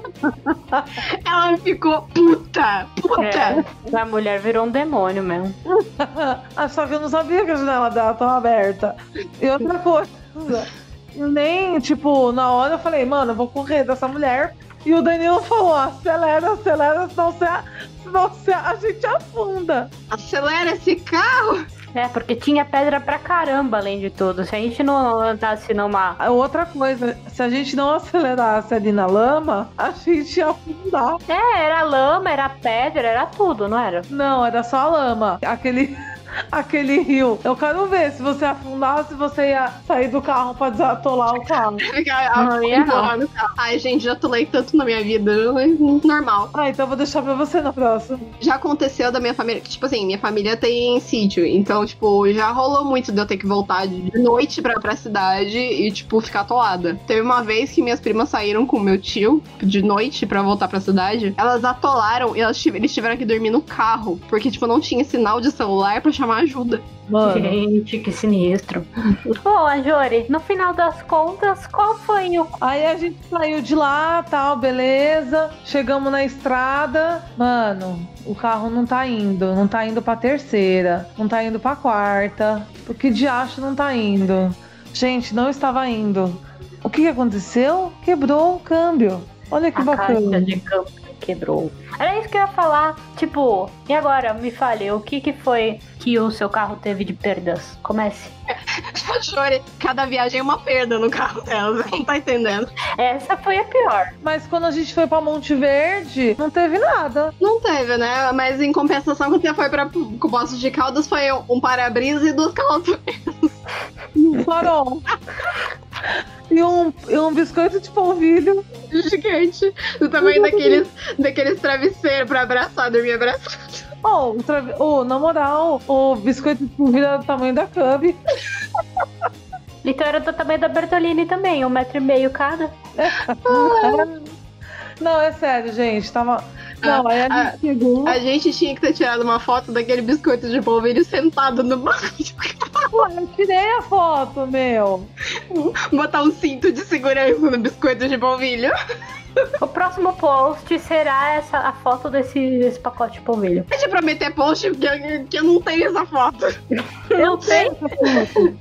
Speaker 1: ela ficou puta, puta.
Speaker 3: É, a mulher virou um demônio mesmo.
Speaker 2: Ah, só que eu não sabia que a janela dela tava aberta. E outra coisa, eu nem, tipo, na hora eu falei, mano, eu vou correr dessa mulher. E o Danilo falou, acelera, acelera, senão, você, a- senão você, a gente afunda.
Speaker 1: Acelera esse carro.
Speaker 3: É, porque tinha pedra pra caramba além de tudo. Se a gente não andasse numa.
Speaker 2: Ah, Outra coisa, se a gente não acelerasse ali na lama, a gente ia afundar.
Speaker 3: É, era lama, era pedra, era tudo, não era?
Speaker 2: Não, era só a lama. Aquele, aquele rio. Eu quero ver se você afundasse, você ia sair do carro pra desatolar o carro.
Speaker 1: Ah,
Speaker 3: Não ia
Speaker 1: então, tá
Speaker 3: não.
Speaker 1: Ai, gente, já tolei tanto na minha vida, mas normal.
Speaker 2: Ah, então eu vou deixar pra você na próxima.
Speaker 1: já aconteceu da minha família. que, Tipo assim, minha família tem sítio. Então, tipo, já rolou muito de eu ter que voltar de noite pra, pra cidade e, tipo, ficar atolada. Teve uma vez que minhas primas saíram com meu tio de noite pra voltar pra cidade. Elas atolaram e elas tive- eles tiveram que dormir no carro. Porque, tipo, não tinha sinal de celular pra chamar chamar ajuda.
Speaker 2: Mano,
Speaker 3: Gente, que sinistro. Bom, Jori, no final das contas, qual foi o.
Speaker 2: Aí a gente saiu de lá, tal, beleza. Chegamos na estrada. Mano, o carro não tá indo. Não tá indo pra terceira. Não tá indo pra quarta. O que de acho não tá indo? Gente, não estava indo. O que que aconteceu? Quebrou o câmbio. Olha que
Speaker 3: a caixa
Speaker 2: bacana.
Speaker 3: de campo quebrou. Era isso que eu ia falar. Tipo, e agora? Me fale, o que, que foi que o seu carro teve de perdas? Comece.
Speaker 1: A Jory, cada viagem é uma perda no carro dela, você não tá entendendo.
Speaker 3: Essa foi a pior.
Speaker 2: Mas quando a gente foi pra Monte Verde, não teve nada.
Speaker 1: Não teve, né? Mas em compensação, quando você foi pra Poço de Caldas, foi um para-brisa e duas calças.
Speaker 2: Um farol. e, um, e um biscoito de polvilho.
Speaker 1: gigante. Do tamanho daqueles, daqueles travesseiros pra abraçar, dormir abraçado.
Speaker 2: Oh, o tra... oh, na moral, o biscoito de polvilho era do tamanho da Cub.
Speaker 3: Então era do tamanho da Bertolini também, um metro e meio cada.
Speaker 2: Não, é sério, gente. Tava. Não, aí Ah, a gente chegou.
Speaker 1: A gente tinha que ter tirado uma foto daquele biscoito de polvilho sentado no banco.
Speaker 2: Pô, eu tirei a foto, meu.
Speaker 1: Botar um cinto de segurança no biscoito de polvilho.
Speaker 3: O próximo post será essa, a foto desse, desse pacote de polvilho.
Speaker 1: Deixa pra meter post que eu, que eu não tenho essa foto.
Speaker 3: Eu tenho.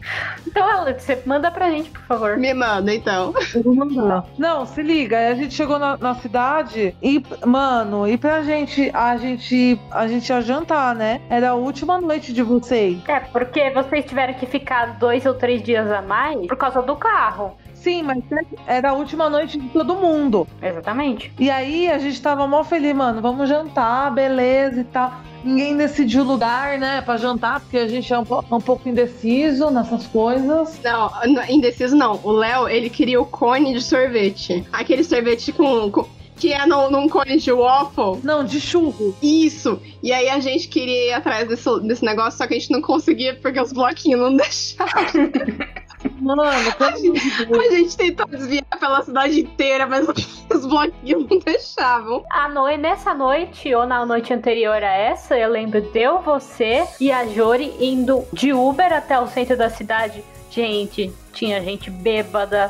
Speaker 3: Então, Alex, você manda pra gente, por favor.
Speaker 1: Me manda, então.
Speaker 2: Eu vou mandar. Não, se liga. aí A gente chegou na, na cidade e, mano, e pra gente. A gente. A gente ia jantar, né? Era a última noite de vocês.
Speaker 3: É, porque vocês tiveram que ficar dois ou três dias a mais por causa do carro.
Speaker 2: Sim, mas é, era a última noite de todo mundo.
Speaker 3: Exatamente.
Speaker 2: E aí a gente tava mó feliz, mano, vamos jantar, beleza e tal. Ninguém decidiu o lugar, né, pra jantar, porque a gente é um, po- um pouco indeciso nessas coisas.
Speaker 1: Não, não, indeciso não. O Léo, ele queria o cone de sorvete. Aquele sorvete com. com- que é num, num cone de waffle.
Speaker 2: Não, de churro.
Speaker 1: Isso! E aí a gente queria ir atrás desse, desse negócio, só que a gente não conseguia porque os bloquinhos não deixavam.
Speaker 2: Mano, quando...
Speaker 1: A gente tentou desviar pela cidade inteira, mas os bloquinhos não deixavam.
Speaker 3: A no... Nessa noite, ou na noite anterior a essa, eu lembro de eu, você e a Jori indo de Uber até o centro da cidade. Gente, tinha gente bêbada,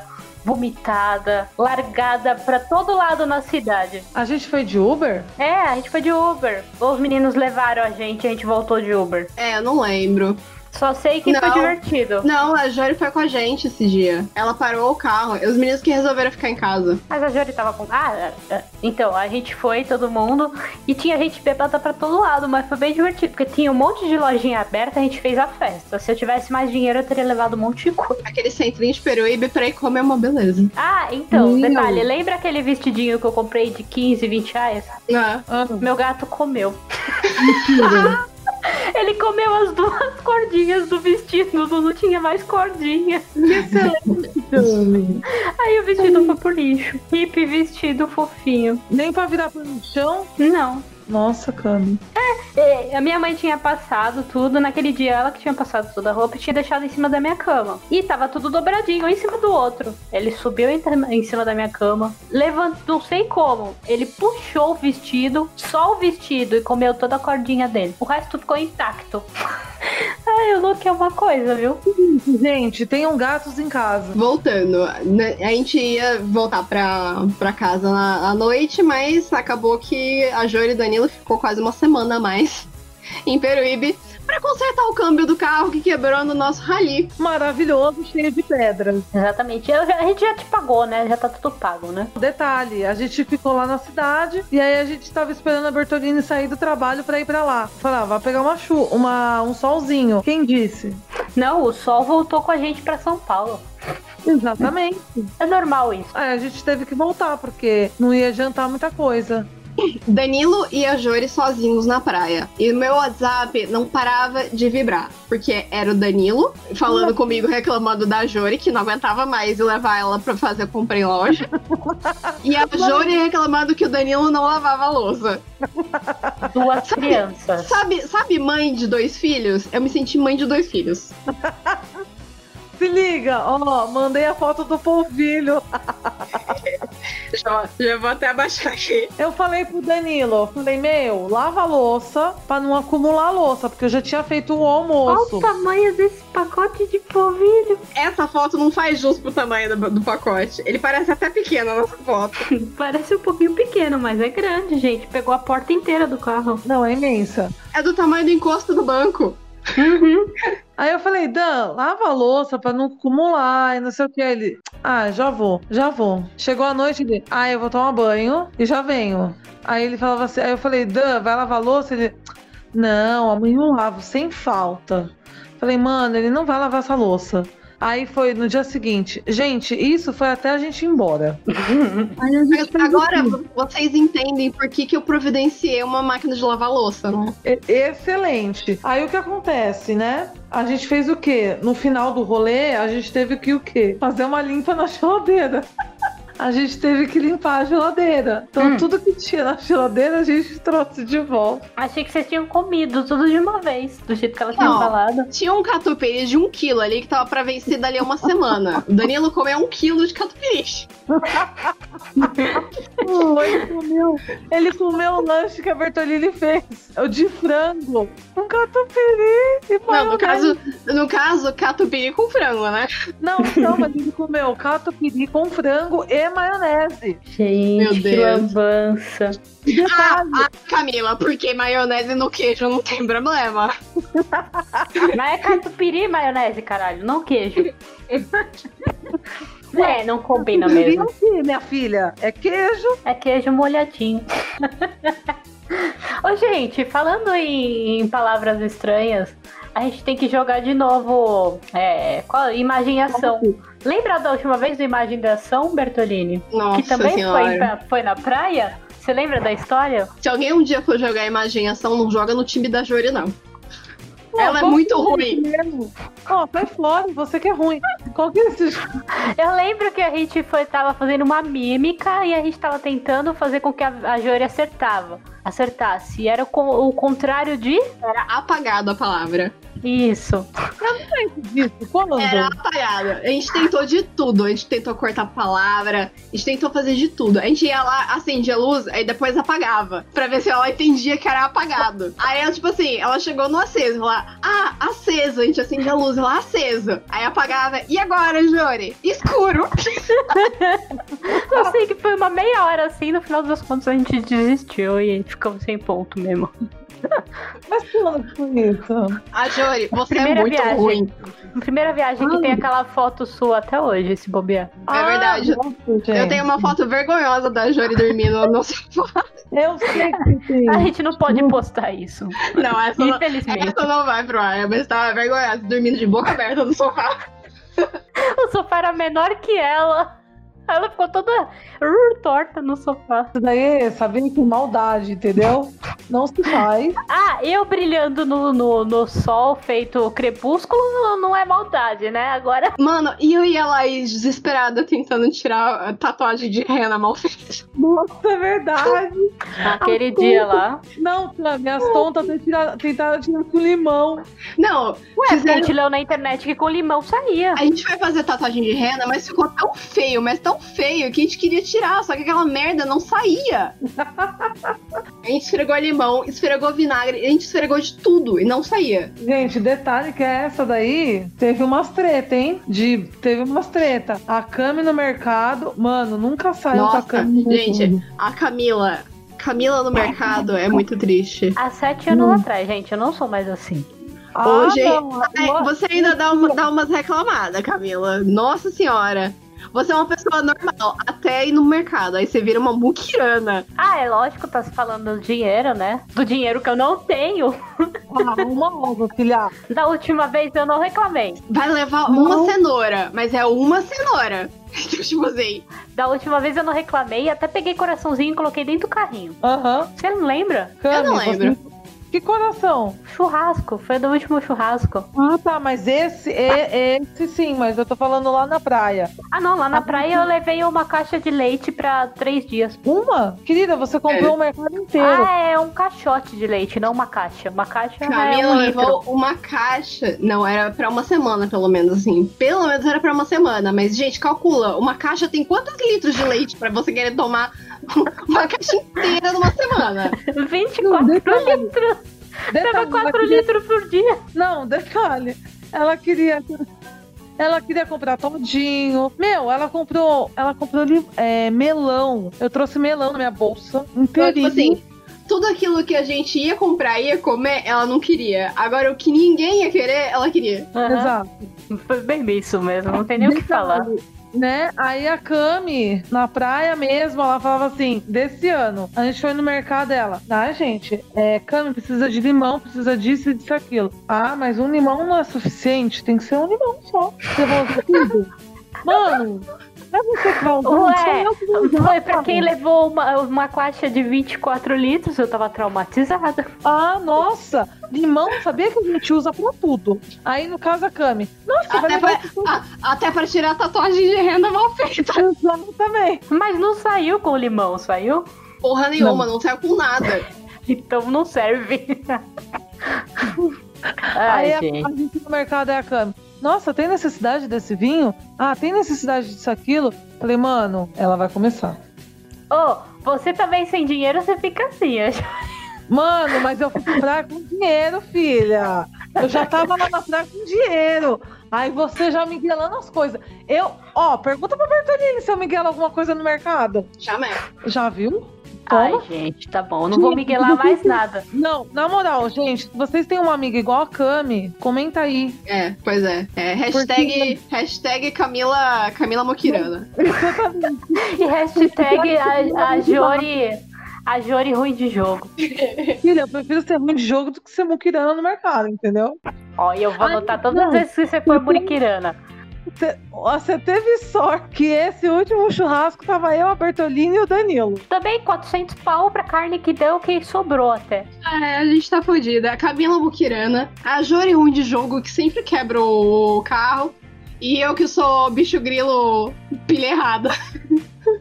Speaker 3: vomitada, largada pra todo lado na cidade.
Speaker 2: a gente foi de Uber?
Speaker 3: É, a gente foi de Uber. Os meninos levaram a gente, a gente voltou de Uber.
Speaker 1: É, eu não lembro.
Speaker 3: Só sei que foi
Speaker 1: Não.
Speaker 3: divertido.
Speaker 1: Não, a Jory foi com a gente esse dia. Ela parou o carro. Os meninos que resolveram ficar em casa.
Speaker 3: Mas a Jory tava com. Ah, é, é. então, a gente foi, todo mundo, e tinha gente bebada pra todo lado, mas foi bem divertido, porque tinha um monte de lojinha aberta, a gente fez a festa. Se eu tivesse mais dinheiro, eu teria levado um monte de coisa.
Speaker 1: Aquele centrinho de Peruíbe pra ir comer uma beleza.
Speaker 3: Ah, então,
Speaker 2: Meu.
Speaker 3: detalhe, lembra aquele vestidinho que eu comprei de 15, 20 reais?
Speaker 1: Ah,
Speaker 2: Ah,
Speaker 3: Meu gato comeu. Ele comeu as duas cordinhas do vestido, não não tinha mais cordinha. Aí o vestido foi pro lixo. Hip vestido fofinho.
Speaker 2: nem pra virar pro chão?
Speaker 3: Não.
Speaker 2: Nossa, Cami.
Speaker 3: É, A minha mãe tinha passado tudo, naquele dia ela que tinha passado toda a roupa e tinha deixado em cima da minha cama. E tava tudo dobradinho, um em cima do outro. Ele subiu em, em cima da minha cama, levantou, não sei como, ele puxou o vestido, só o vestido, e comeu toda a cordinha dele. O resto ficou intacto. Ai, o look é uma coisa, viu?
Speaker 2: Gente, tenham gatos em casa.
Speaker 1: Voltando, né, a gente ia voltar pra, pra casa na, à noite, mas acabou que a Jory e o Danilo ficou quase uma semana a mais em Peruíbe pra consertar o câmbio do carro que quebrou no nosso rally.
Speaker 2: Maravilhoso, cheio de pedras.
Speaker 3: Exatamente. Eu já- a gente já te pagou, né? Já tá tudo pago, né?
Speaker 2: Detalhe, a gente ficou lá na cidade e aí a gente tava esperando a Bertolini sair do trabalho pra ir pra lá. Falava, "Ah, vai pegar uma chu, uma um solzinho. Quem disse?
Speaker 3: Não, o sol voltou com a gente pra São Paulo.
Speaker 2: Exatamente.
Speaker 3: É normal isso.
Speaker 2: Aí a gente teve que voltar porque não ia jantar muita coisa.
Speaker 1: Danilo e a Jory sozinhos na praia. E meu WhatsApp não parava de vibrar. Porque era o Danilo falando comigo, reclamando da Jory, que não aguentava mais e levar ela pra fazer compra em loja. e a Jory reclamando que o Danilo não lavava a louça.
Speaker 3: Duas crianças.
Speaker 1: Sabe, sabe mãe de dois filhos? Eu me senti mãe de dois filhos.
Speaker 2: Se liga, ó, mandei a foto do polvilho.
Speaker 1: Já, já vou até abaixar aqui.
Speaker 2: Eu falei pro Danilo, eu falei, meu, lava a louça pra não acumular a louça, porque eu já tinha feito o
Speaker 3: Olha
Speaker 2: almoço.
Speaker 3: o tamanho desse pacote de polvilho.
Speaker 1: Essa foto não faz jus pro tamanho do, do pacote. Ele parece até pequeno nessa foto.
Speaker 3: Parece um pouquinho pequeno, mas é grande, gente. Pegou a porta inteira do carro.
Speaker 2: Não, é imensa.
Speaker 1: É do tamanho do encosto do banco.
Speaker 2: Aí eu falei, Dan, lava a louça pra não acumular e não sei o que. Ele, ah, já vou, já vou. Chegou a noite, ele, ah, eu vou tomar banho e já venho. Aí ele falava assim, aí eu falei, Dan, vai lavar a louça? Ele, não, amanhã eu lavo, sem falta. Falei, mano, ele não vai lavar essa louça. Aí foi no dia seguinte. Gente, isso foi até a gente ir embora.
Speaker 1: Agora vocês entendem por que, que eu providenciei uma máquina de lavar louça, né?
Speaker 2: E- É Excelente. Aí o que acontece, né? A gente fez o quê? No final do rolê, a gente teve que o quê? Fazer uma limpa na geladeira. A gente teve que limpar a geladeira. Então,
Speaker 3: Hum.
Speaker 2: tudo que tinha na geladeira, a gente trouxe de volta.
Speaker 3: Achei que vocês tinham comido tudo de uma vez, do jeito que ela tinha
Speaker 1: Não.
Speaker 3: falado.
Speaker 1: Tinha um catupiry de um quilo ali que tava pra vencer dali a uma semana. O Danilo comeu um quilo de catupiry.
Speaker 2: Pô, ele comeu. Ele comeu o lanche que a Bertolini fez. O de frango. Um catupiry e
Speaker 1: Não, no
Speaker 2: maionese.
Speaker 1: caso, no caso, catupiry com frango, né?
Speaker 2: Não, não, mas ele comeu catupiry com frango e maionese.
Speaker 1: Meu
Speaker 3: Gente,
Speaker 1: Deus.
Speaker 3: lambança.
Speaker 2: E
Speaker 1: Ah,
Speaker 2: detalhe,
Speaker 1: ah, Camila, porque maionese no queijo não tem problema.
Speaker 3: Mas é catupiry e maionese, caralho, não queijo. é, não combina
Speaker 2: catupiry é
Speaker 3: mesmo.
Speaker 2: o quê, minha filha? É queijo.
Speaker 3: É queijo molhadinho. Ô, gente, falando em, em palavras estranhas, a gente tem que jogar de novo é, qual, imagem e ação.
Speaker 1: assim?
Speaker 3: Lembra da última vez do imagem da ação, Bertolini?
Speaker 1: Nossa
Speaker 3: que também foi, então.
Speaker 1: senhora.
Speaker 3: pra- foi na praia? Você lembra da história?
Speaker 1: Se alguém um dia for jogar imaginação, não joga no time da Jory, não. Ela é
Speaker 2: qual
Speaker 1: muito
Speaker 2: que
Speaker 1: ruim.
Speaker 2: mesmo? Ó, foi Flora, você que é ruim. Qual que é esse jogo?
Speaker 3: Eu lembro que a gente foi, tava fazendo uma mímica e a gente tava tentando fazer com que a, a Jory acertava, acertasse. E era o, con- o contrário de
Speaker 1: Era apagada É a palavra.
Speaker 3: isso.
Speaker 2: disso?
Speaker 3: Tá
Speaker 2: Quando?
Speaker 1: Era apagada. A gente tentou de tudo. A gente tentou cortar a palavra. A gente tentou fazer de tudo. A gente ia lá, acendia a luz, aí depois apagava. Pra ver se ela entendia que era apagado. Aí ela, tipo assim, ela chegou no aceso. Ela, ah, aceso. A gente acendia a luz, ela aceso. Aí apagava. E agora, Jory? Escuro.
Speaker 3: Eu sei Então, que foi uma meia hora assim, no final das contas a gente desistiu e ficamos sem ponto mesmo.
Speaker 2: Mas quando foi isso?
Speaker 1: A Jory, você
Speaker 3: Primeira
Speaker 1: é muito
Speaker 3: viagem.
Speaker 1: ruim.
Speaker 3: Primeira viagem que tem aquela foto sua até hoje, se bobear.
Speaker 1: É verdade.
Speaker 2: nossa, gente.
Speaker 1: Eu tenho uma foto vergonhosa da Jory dormindo no sofá.
Speaker 2: Eu sei que
Speaker 3: A
Speaker 2: tem.
Speaker 3: gente não pode postar isso.
Speaker 1: Não, essa não,
Speaker 3: Infelizmente.
Speaker 1: essa não vai pro ar. Mas tava vergonhosa, dormindo de boca aberta no sofá.
Speaker 3: O sofá era menor que ela. Ela ficou toda uh, torta no sofá.
Speaker 2: Isso daí é sabendo que maldade, entendeu? Não se faz.
Speaker 3: Ah, eu brilhando no, no, no sol feito crepúsculo não- não é maldade, né? Agora.
Speaker 1: Mano, e eu ia lá e desesperada tentando tirar a tatuagem de rena mal feita.
Speaker 2: Nossa, é verdade.
Speaker 3: Ah, Aquele dia lá.
Speaker 2: Não, Cami, minhas tontas tentaram- tentaram tirar com limão.
Speaker 1: Não, ué,
Speaker 3: A gente leu na internet que com limão saía.
Speaker 1: A gente foi fazer tatuagem de rena, mas ficou tão feio, mas tão feio, que a gente queria tirar, só que aquela merda não saía. A gente esfregou limão, esfregou vinagre, a gente esfregou de tudo e não saía.
Speaker 2: Gente, detalhe que é essa daí teve umas treta, hein? De, teve umas treta. A Cami no mercado, mano, nunca saiu com a
Speaker 1: Nossa,
Speaker 2: Cami. no
Speaker 1: gente,
Speaker 2: mercado.
Speaker 1: A Camila, Camila no mercado é muito triste.
Speaker 3: Há sete anos
Speaker 2: Hum.
Speaker 3: atrás, gente, eu não sou mais assim.
Speaker 2: Ah,
Speaker 1: Hoje-
Speaker 2: não,
Speaker 1: Ai,
Speaker 2: nossa,
Speaker 1: É, você ainda dá, uma, dá umas reclamadas, Camila. Nossa senhora. Você é uma pessoa normal, até ir no mercado. Aí você vira uma muquirana.
Speaker 3: Ah, é lógico, tá se falando do dinheiro, né? Do dinheiro que eu não tenho.
Speaker 2: ah, uma logo, filha.
Speaker 3: Da última vez eu não reclamei.
Speaker 1: Vai levar
Speaker 2: Não.
Speaker 1: uma cenoura, mas é uma cenoura. Então, tipo assim,
Speaker 3: Da última vez eu não reclamei, até peguei coraçãozinho e coloquei dentro do carrinho.
Speaker 2: Aham.
Speaker 3: Você não lembra?
Speaker 2: Cami,
Speaker 1: Eu não lembro.
Speaker 2: Você... O que Que coração?
Speaker 3: Churrasco, foi do último churrasco.
Speaker 2: Ah, tá, mas esse, é, esse sim, mas eu tô falando lá na praia.
Speaker 3: Ah, não, lá na praia eu levei uma caixa de leite pra três dias.
Speaker 2: Uma? Querida, você
Speaker 1: É.
Speaker 2: comprou o mercado inteiro.
Speaker 3: Ah, é um caixote de leite, não uma caixa. Uma caixa é
Speaker 1: Camila
Speaker 3: um litro.
Speaker 1: levou uma caixa. Não, era pra uma semana, pelo menos, assim. Pelo menos era pra uma semana. Mas, gente, calcula. Uma caixa tem quantos litros de leite pra você querer tomar uma caixa inteira numa semana?
Speaker 3: 24 litros. Tava
Speaker 2: Detalhe, ela
Speaker 3: 4
Speaker 2: queria-
Speaker 3: litros por dia.
Speaker 2: Não, detalhe. Ela queria. Ela queria comprar todinho. Meu, ela comprou. Ela comprou li- é, melão. Eu trouxe melão na minha bolsa.
Speaker 1: Então,
Speaker 2: Inteirinho.
Speaker 1: tipo assim, tudo aquilo que a gente ia comprar, ia comer, ela não queria. Agora, o que ninguém ia querer, ela queria.
Speaker 3: Aham.
Speaker 2: Exato.
Speaker 3: Foi bem isso mesmo, não tem nem o que falar.
Speaker 2: Né? Aí a Cami, na praia mesmo, ela falava assim: desse ano, a gente foi no mercado dela. Ah, gente, é, Cami precisa de limão, precisa disso e disso e aquilo. Ah, mas um limão não é suficiente, tem que ser um limão só. Você vai usar tudo. Mano, não é você que vai usar, não sou
Speaker 3: Ué,
Speaker 2: eu que vou usar,
Speaker 3: Foi pra quem
Speaker 2: cara.
Speaker 3: levou uma, uma caixa de 24 litros, eu tava traumatizada.
Speaker 2: Ah, nossa, limão, sabia que a gente usa pra tudo. Aí no caso a Cami, nossa, vai
Speaker 1: Até
Speaker 2: levar
Speaker 1: pra, a- Ah, até pra tirar a tatuagem de renda mal feita.
Speaker 2: também.
Speaker 3: Mas não saiu com limão, saiu?
Speaker 1: Porra nenhuma, não, saiu com nada.
Speaker 3: Então não serve.
Speaker 2: Aí
Speaker 3: Ai,
Speaker 2: a,
Speaker 3: gente.
Speaker 2: a gente no mercado é a Cami. Nossa, tem necessidade desse vinho? Ah, tem necessidade disso aquilo? Falei, mano, ela vai começar.
Speaker 3: Ô, você também sem dinheiro, você fica assim. eu acho.
Speaker 2: Mano, mas eu fui pra praia com dinheiro, filha. Eu já tava lá na praia com dinheiro. Aí você já miguelando as coisas. Eu, ó, pergunta pra Bertolini se eu miguelo alguma coisa no mercado.
Speaker 1: Jamais.
Speaker 2: Já viu?
Speaker 3: Ai,
Speaker 2: Como?
Speaker 3: gente, tá bom. Não vou miguelar mais nada.
Speaker 2: Não, na moral, gente, se vocês têm uma amiga igual a Cami, comenta aí.
Speaker 1: É, pois é. É, hashtag, hashtag Camila, Camila Moquirana.
Speaker 3: E hashtag a, a Jori. A Jori ruim de jogo.
Speaker 2: Filha, eu prefiro ser ruim de jogo do que ser muquirana no mercado, entendeu?
Speaker 3: Ó, e eu vou
Speaker 2: Ai,
Speaker 3: anotar todas
Speaker 2: não.
Speaker 3: as vezes que você for muriquirana.
Speaker 2: Cê- ó, Você teve sorte que esse último churrasco tava eu, a Bertolini e o Danilo.
Speaker 3: Também 400 pau pra carne que deu, que sobrou até.
Speaker 1: É, a gente tá fodida. A Camila Moquirana, a Jori ruim de jogo que sempre quebra o carro. E eu que sou bicho grilo pilha errada.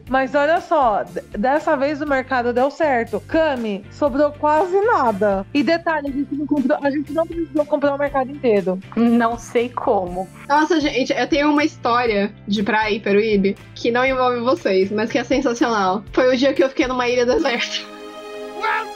Speaker 2: Mas olha só, d- dessa vez o mercado deu certo. Cami, sobrou quase nada. E detalhe, a gente não, comprou, a gente não precisou comprar o mercado inteiro.
Speaker 3: Não sei como.
Speaker 1: Nossa, gente, eu tenho uma história de praia em Peruíbe que não envolve vocês, mas que é sensacional. Foi o dia que eu fiquei numa ilha deserta.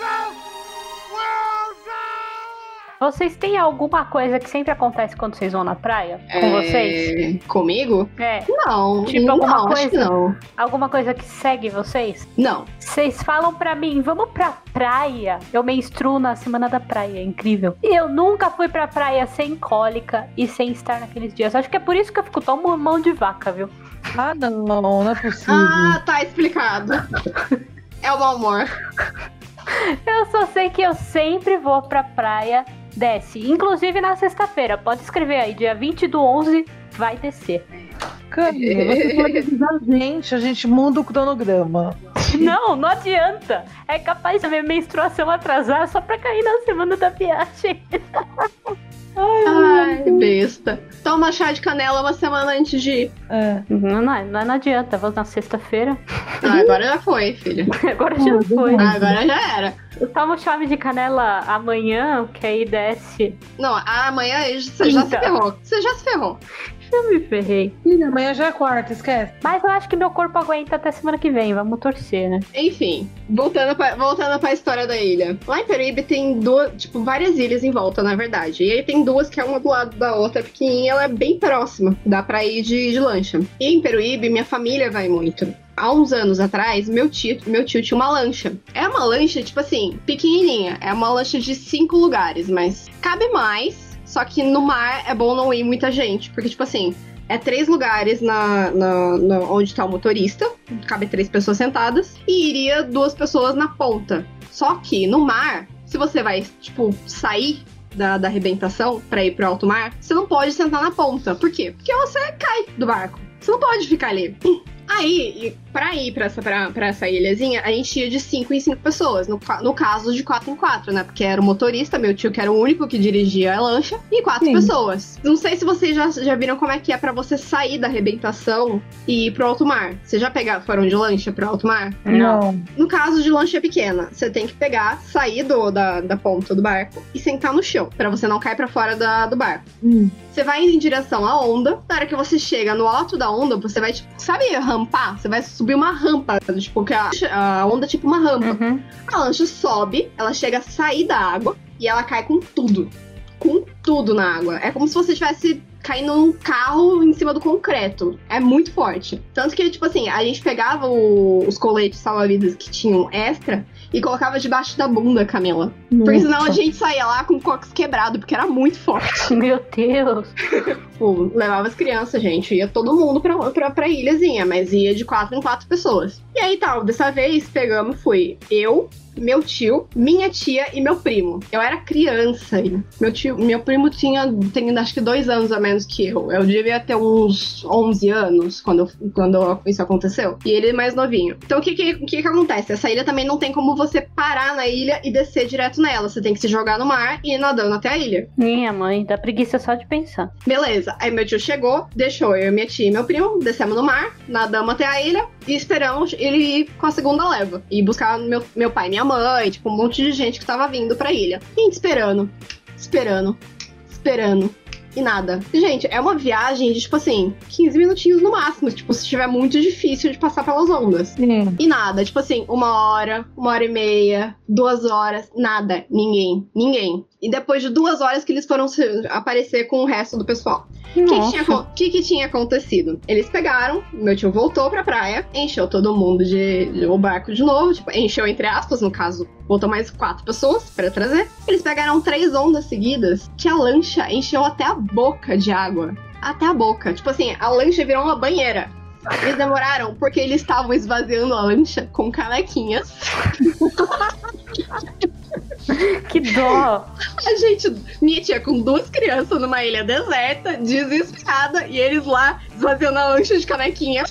Speaker 3: Vocês têm alguma coisa que sempre acontece quando vocês vão na praia? Com vocês?
Speaker 1: Comigo?
Speaker 3: É.
Speaker 1: Não.
Speaker 3: Tipo
Speaker 1: não,
Speaker 3: alguma
Speaker 1: acho que
Speaker 3: coisa? Uhum.
Speaker 1: não.
Speaker 3: Alguma coisa que segue vocês?
Speaker 1: Não.
Speaker 3: Vocês falam pra mim, vamos pra praia. Eu menstruo na semana da praia, é incrível. E eu nunca fui pra praia sem cólica e sem estar naqueles dias. Acho que é por isso que eu fico tão mão de vaca, viu?
Speaker 2: Ah, não, não é possível.
Speaker 1: Ah, tá explicado. É o mau humor.
Speaker 3: Eu só sei que eu sempre vou pra praia, desce. Inclusive na sexta-feira, pode escrever aí, dia 20 do 11 vai descer.
Speaker 2: Cami, você pode avisar a gente, a gente muda o cronograma.
Speaker 3: Não, não adianta. É capaz da minha menstruação atrasar só pra cair na semana da viagem.
Speaker 1: Ai, besta. Toma chá de canela uma semana antes de ir.
Speaker 2: É.
Speaker 3: Não, não, não adianta, vou na sexta-feira.
Speaker 1: Ah, agora já foi, filha.
Speaker 3: Agora já foi.
Speaker 1: Ah, agora já era.
Speaker 3: Toma o chave de canela amanhã, que aí desce.
Speaker 1: Não, amanhã você já se
Speaker 3: Então.
Speaker 1: ferrou. Você já se ferrou.
Speaker 3: Eu me ferrei.
Speaker 2: Filha, amanhã já é quarta, esquece.
Speaker 3: Mas eu acho que meu corpo aguenta até semana que vem, vamos torcer, né?
Speaker 1: Enfim, voltando pra, voltando pra história da ilha. Lá em Peruíbe tem duas, tipo, várias ilhas em volta, na verdade. E aí tem duas que é uma do lado da outra, pequenininha, ela é bem próxima. Dá pra ir de, de lancha. E em Peruíbe, minha família vai muito. Há uns anos atrás, meu tio, meu tio tinha uma lancha. É uma lancha, tipo assim, pequenininha. É uma lancha de cinco lugares, mas cabe mais. Só que no mar é bom não ir muita gente, porque, tipo assim, é três lugares na, na- na- onde tá o motorista cabe três pessoas sentadas e iria duas pessoas na ponta. Só que no mar, se você vai, tipo, sair da, da arrebentação pra ir pro alto mar, você não pode sentar na ponta. Por quê? Porque você cai do barco. Você não pode ficar ali. Aí, e pra ir pra essa, pra, pra essa ilhazinha, a gente ia de 5 em 5 pessoas. No, ca- no caso, de 4 em 4, né? Porque era o motorista, meu tio, que era o único que dirigia a lancha, e 4
Speaker 2: Sim.
Speaker 1: pessoas. Não sei se vocês já, já viram como é que é pra você sair da arrebentação e ir pro alto mar. Vocês já pegaram, foram de lancha pro alto mar?
Speaker 2: Não.
Speaker 1: No caso de lancha pequena, você tem que pegar, sair do, da, da ponta do barco e sentar no chão, pra você não cair pra fora da- do barco.
Speaker 2: Hum.
Speaker 1: Você vai indo em direção à onda. Na hora que você chega no alto da onda, você vai, tipo, sabe rampar? Você vai subir uma rampa, tipo, que a, a onda é tipo uma rampa.
Speaker 3: Uhum.
Speaker 1: A lancha sobe, ela chega a sair da água e ela cai com tudo. Com tudo na água. É como se você tivesse caindo num carro em cima do concreto. É muito forte. Tanto que, tipo assim, a gente pegava o- os coletes salva-vidas que tinham extra e colocava debaixo da bunda, Camila. Porque senão a gente saía lá com o cox quebrado, porque era muito forte.
Speaker 3: Meu Deus.
Speaker 1: Tipo, levava as crianças, gente. Ia todo mundo pra, pra, pra ilhazinha, mas ia de quatro em quatro pessoas. E aí tal, dessa vez pegamos, fui eu, meu tio, minha tia e meu primo. Eu era criança ainda. Meu tio, meu primo tinha, tem, acho que dois anos a menos que eu. Eu devia ter uns 11 anos quando, eu- quando isso aconteceu. E ele é mais novinho. Então o que que, o que que acontece? Essa ilha também não tem como você parar na ilha e descer direto nela. Você tem que se jogar no mar e ir nadando até a ilha.
Speaker 3: Minha mãe, dá preguiça só de pensar.
Speaker 1: Beleza, aí meu tio chegou, deixou eu, minha tia e meu primo, descemos no mar, nadamos até a ilha e esperamos ele ir com a segunda leva. E buscar meu, meu pai e minha mãe, tipo, um monte de gente que tava vindo pra ilha. E a gente esperando, esperando, esperando. E nada. E, Gente, é uma viagem de, tipo assim, 15 minutinhos no máximo. Tipo, se tiver muito difícil de passar pelas ondas.
Speaker 2: Sim.
Speaker 1: E nada, tipo assim, uma hora, uma hora e meia, duas horas, nada, ninguém, ninguém. E depois de duas horas que eles foram se- aparecer com o resto do pessoal. O que que, tinha acon- que que tinha acontecido? Eles pegaram, meu tio voltou pra praia, encheu todo mundo de, de- o barco de novo, tipo, encheu entre aspas, no caso, botou mais quatro pessoas pra trazer. Eles pegaram três ondas seguidas que a lancha encheu até a boca de água. Até a boca. Tipo assim, a lancha virou uma banheira. Eles demoraram porque eles estavam esvaziando a lancha com canequinhas.
Speaker 3: Que dó.
Speaker 1: A gente, minha tia com duas crianças numa ilha deserta, desesperada, e eles lá esvaziando a lancha de canequinha.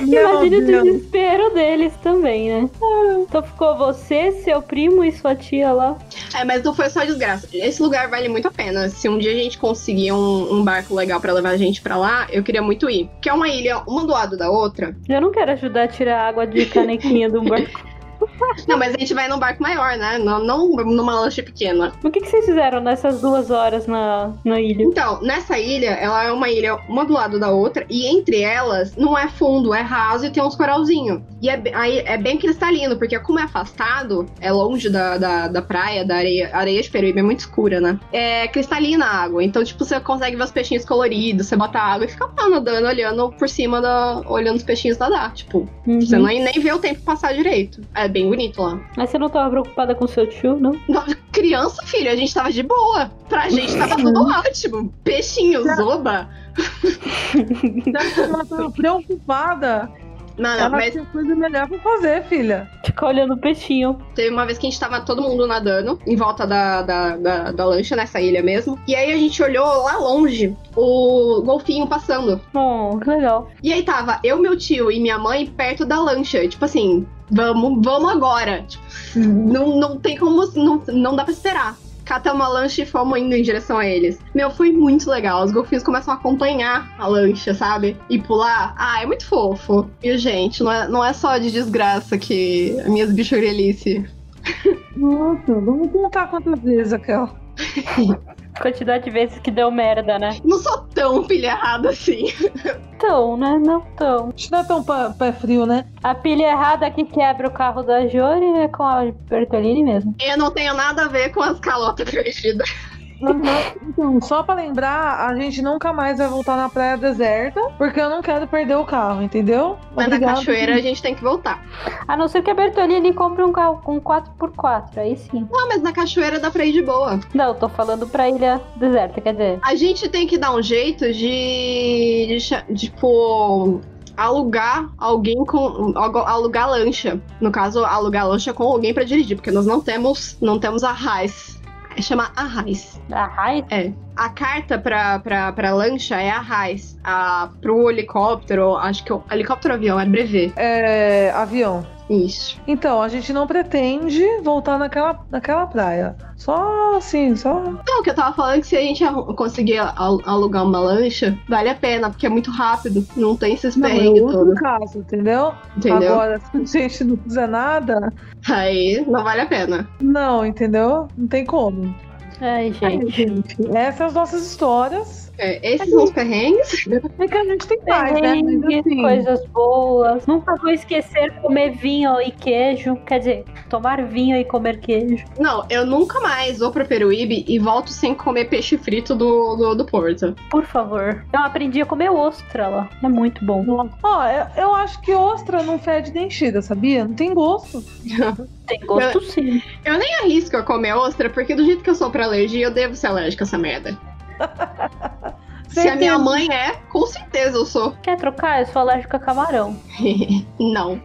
Speaker 3: Imagina o
Speaker 2: Deus.
Speaker 3: desespero deles também, né? Então ficou você, seu primo e sua tia lá.
Speaker 1: É, mas não foi só desgraça. Esse lugar vale muito a pena. Se um dia a gente conseguir um, um barco legal pra levar a gente pra lá, eu queria muito ir. Que é uma ilha, uma do lado da outra.
Speaker 3: Eu não quero ajudar a tirar água de canequinha do barco.
Speaker 1: Não, mas a gente vai num barco maior, né? Não, não numa lancha pequena.
Speaker 3: O que, que vocês fizeram nessas duas horas na, na ilha?
Speaker 1: Então, nessa ilha, ela é uma ilha uma do lado da outra, e entre elas não é fundo, é raso e tem uns coralzinhos. E é, be- aí é bem cristalino, porque como é afastado, é longe da, da, da praia, da areia, a areia de Peruíbe é muito escura, né? É cristalina a água, então, tipo, você consegue ver os peixinhos coloridos, você bota a água e fica lá nadando, olhando por cima, da, olhando os peixinhos nadar, tipo, você
Speaker 3: Uhum.
Speaker 1: nem, nem vê o tempo passar direito. É bem bonito lá.
Speaker 3: Mas você não tava preocupada com seu tio, não?
Speaker 1: Nossa, Criança, filho, a gente tava de boa. Pra gente tava tudo ótimo. Peixinho, zoba.
Speaker 2: Ela tava preocupada.
Speaker 1: Mano,
Speaker 2: Ela
Speaker 1: Ah, mas
Speaker 2: tinha coisa melhor pra fazer, filha.
Speaker 3: Ficar olhando o peixinho.
Speaker 1: teve uma vez que a gente tava todo mundo nadando em volta da, da, da, da lancha, nessa ilha mesmo. E aí a gente olhou lá longe o golfinho passando.
Speaker 3: Oh, que legal.
Speaker 1: E aí tava eu, meu tio e minha mãe perto da lancha. Tipo assim, vamos, vamos agora. Tipo, não, não tem como. Não, não dá pra esperar. Catamos a lancha e fomos indo em direção a eles. Meu, foi muito legal. Os golfinhos começam a acompanhar a lancha, sabe? E pular. Ah, é muito fofo. E, gente, não é, não é só de desgraça que minhas bichorelice
Speaker 2: Nossa, vamos contar quantas vezes aquela.
Speaker 3: Quantidade de vezes que deu merda, né?
Speaker 1: Não sou tão pilha errada assim.
Speaker 3: Tão, né? Não tão.
Speaker 2: A gente não é tão pé, pé frio, né?
Speaker 3: A pilha errada que quebra o carro da Jory é com a Bertolini mesmo.
Speaker 1: Eu não tenho nada a ver com as calotas perdidas.
Speaker 2: Então, só pra lembrar, a gente nunca mais vai voltar na praia deserta, porque eu não quero perder o carro, entendeu?
Speaker 1: Mas na
Speaker 2: Obrigada.
Speaker 1: cachoeira a gente tem que voltar.
Speaker 3: A não ser que a Bertolini compre um carro com 4x4, aí sim.
Speaker 1: Não, Ah, mas na cachoeira dá pra ir de boa.
Speaker 3: Não, tô falando pra ilha deserta, quer dizer.
Speaker 1: A gente tem que dar um jeito de. de cha- tipo. Alugar alguém com. algu- Alugar lancha. No caso, alugar lancha com alguém pra dirigir, porque nós não temos. Não temos a raiz chama Arraiz.
Speaker 3: A Rai?
Speaker 1: É. A carta pra, pra, pra lancha é Arraiz. A, pro helicóptero, acho que o helicóptero avião é brevet.
Speaker 2: É, avião.
Speaker 1: Isso.
Speaker 2: Então, a gente não pretende voltar naquela, naquela praia. Só assim, só.
Speaker 1: Não, o que eu tava falando é que se a gente arru- conseguir al- alugar uma lancha, vale a pena, porque é muito rápido. Não tem esses
Speaker 2: Não, é
Speaker 1: perrengues
Speaker 2: outro
Speaker 1: todos.
Speaker 2: caso, entendeu?
Speaker 1: Entendeu?
Speaker 2: Agora, se a gente não fizer nada,
Speaker 1: Aí não vale a pena.
Speaker 2: não, entendeu? Não tem como.
Speaker 3: Ai, né, gente.
Speaker 2: Essas são as nossas histórias.
Speaker 1: É, esses são os perrengues.
Speaker 2: É que a gente tem mais, né? Mas,
Speaker 3: Perrengue,
Speaker 2: assim,
Speaker 3: Coisas boas. Nunca vou esquecer comer vinho e queijo. Quer dizer, tomar vinho e comer queijo.
Speaker 1: Não, eu nunca mais vou pra Peruíbe e volto sem comer peixe frito do, do, do Porto.
Speaker 3: Por favor. Eu aprendi a comer ostra lá. É muito bom.
Speaker 2: Ó, eu, eu acho que ostra não fede nem cheira, sabia? Não tem gosto.
Speaker 3: Tem gosto sim.
Speaker 1: é Eu nem arrisco a comer ostra, porque do jeito que eu sou pra alergia, eu devo ser alérgica a essa merda. Se a
Speaker 2: Certeza.
Speaker 1: minha mãe é, com certeza eu sou.
Speaker 3: Quer trocar? Eu sou alérgica a camarão.
Speaker 1: Não.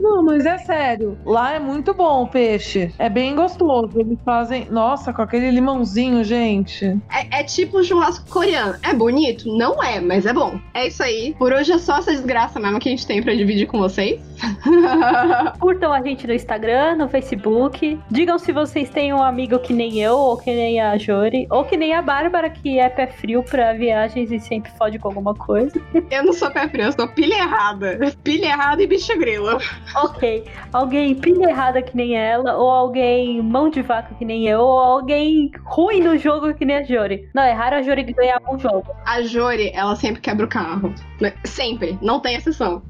Speaker 2: Não, mas é sério. Lá é muito bom o peixe. É bem gostoso. Eles fazem. Nossa, com aquele limãozinho, gente.
Speaker 1: É, é tipo churrasco coreano. É bonito? Não é, mas é bom. É isso aí. Por hoje é só essa desgraça mesmo que a gente tem pra dividir com vocês.
Speaker 3: Curtam a gente no Instagram, no Facebook. Digam se vocês têm um amigo que nem eu, ou que nem a Jori, ou que nem a Bárbara, que é pé frio pra viagens e sempre fode com alguma coisa.
Speaker 1: eu não sou pé frio, eu sou pilha errada. Pilha errada e bicha grila.
Speaker 3: ok. Alguém pilha errada que nem ela, ou alguém mão de vaca que nem eu, ou alguém ruim no jogo que nem a Jori. Não, é raro a Jori ganhar um jogo.
Speaker 1: A Jory, ela sempre quebra o carro. Né? Sempre. Não tem exceção.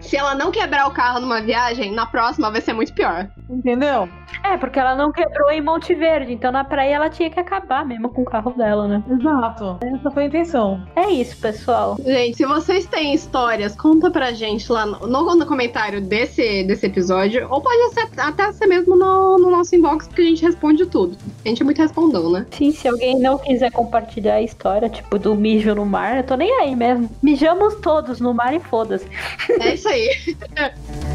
Speaker 1: Se ela não quebrar o carro numa viagem, na próxima vai ser muito pior.
Speaker 2: Entendeu?
Speaker 3: É, porque ela não quebrou em Monte Verde, então na praia ela tinha que acabar mesmo com o carro dela, né?
Speaker 2: Exato. Essa foi a intenção.
Speaker 3: É isso, pessoal.
Speaker 1: Gente, se vocês têm histórias, conta pra gente lá no, no- no comentário desse, desse episódio. Ou pode ser, até ser mesmo no, no nosso inbox, porque a gente responde tudo. A gente é muito respondão, né?
Speaker 3: Sim, se alguém não quiser compartilhar a história, tipo, do mijo no mar, eu tô nem aí mesmo. Mijamos todos no mar e foda-se.
Speaker 1: É isso aí.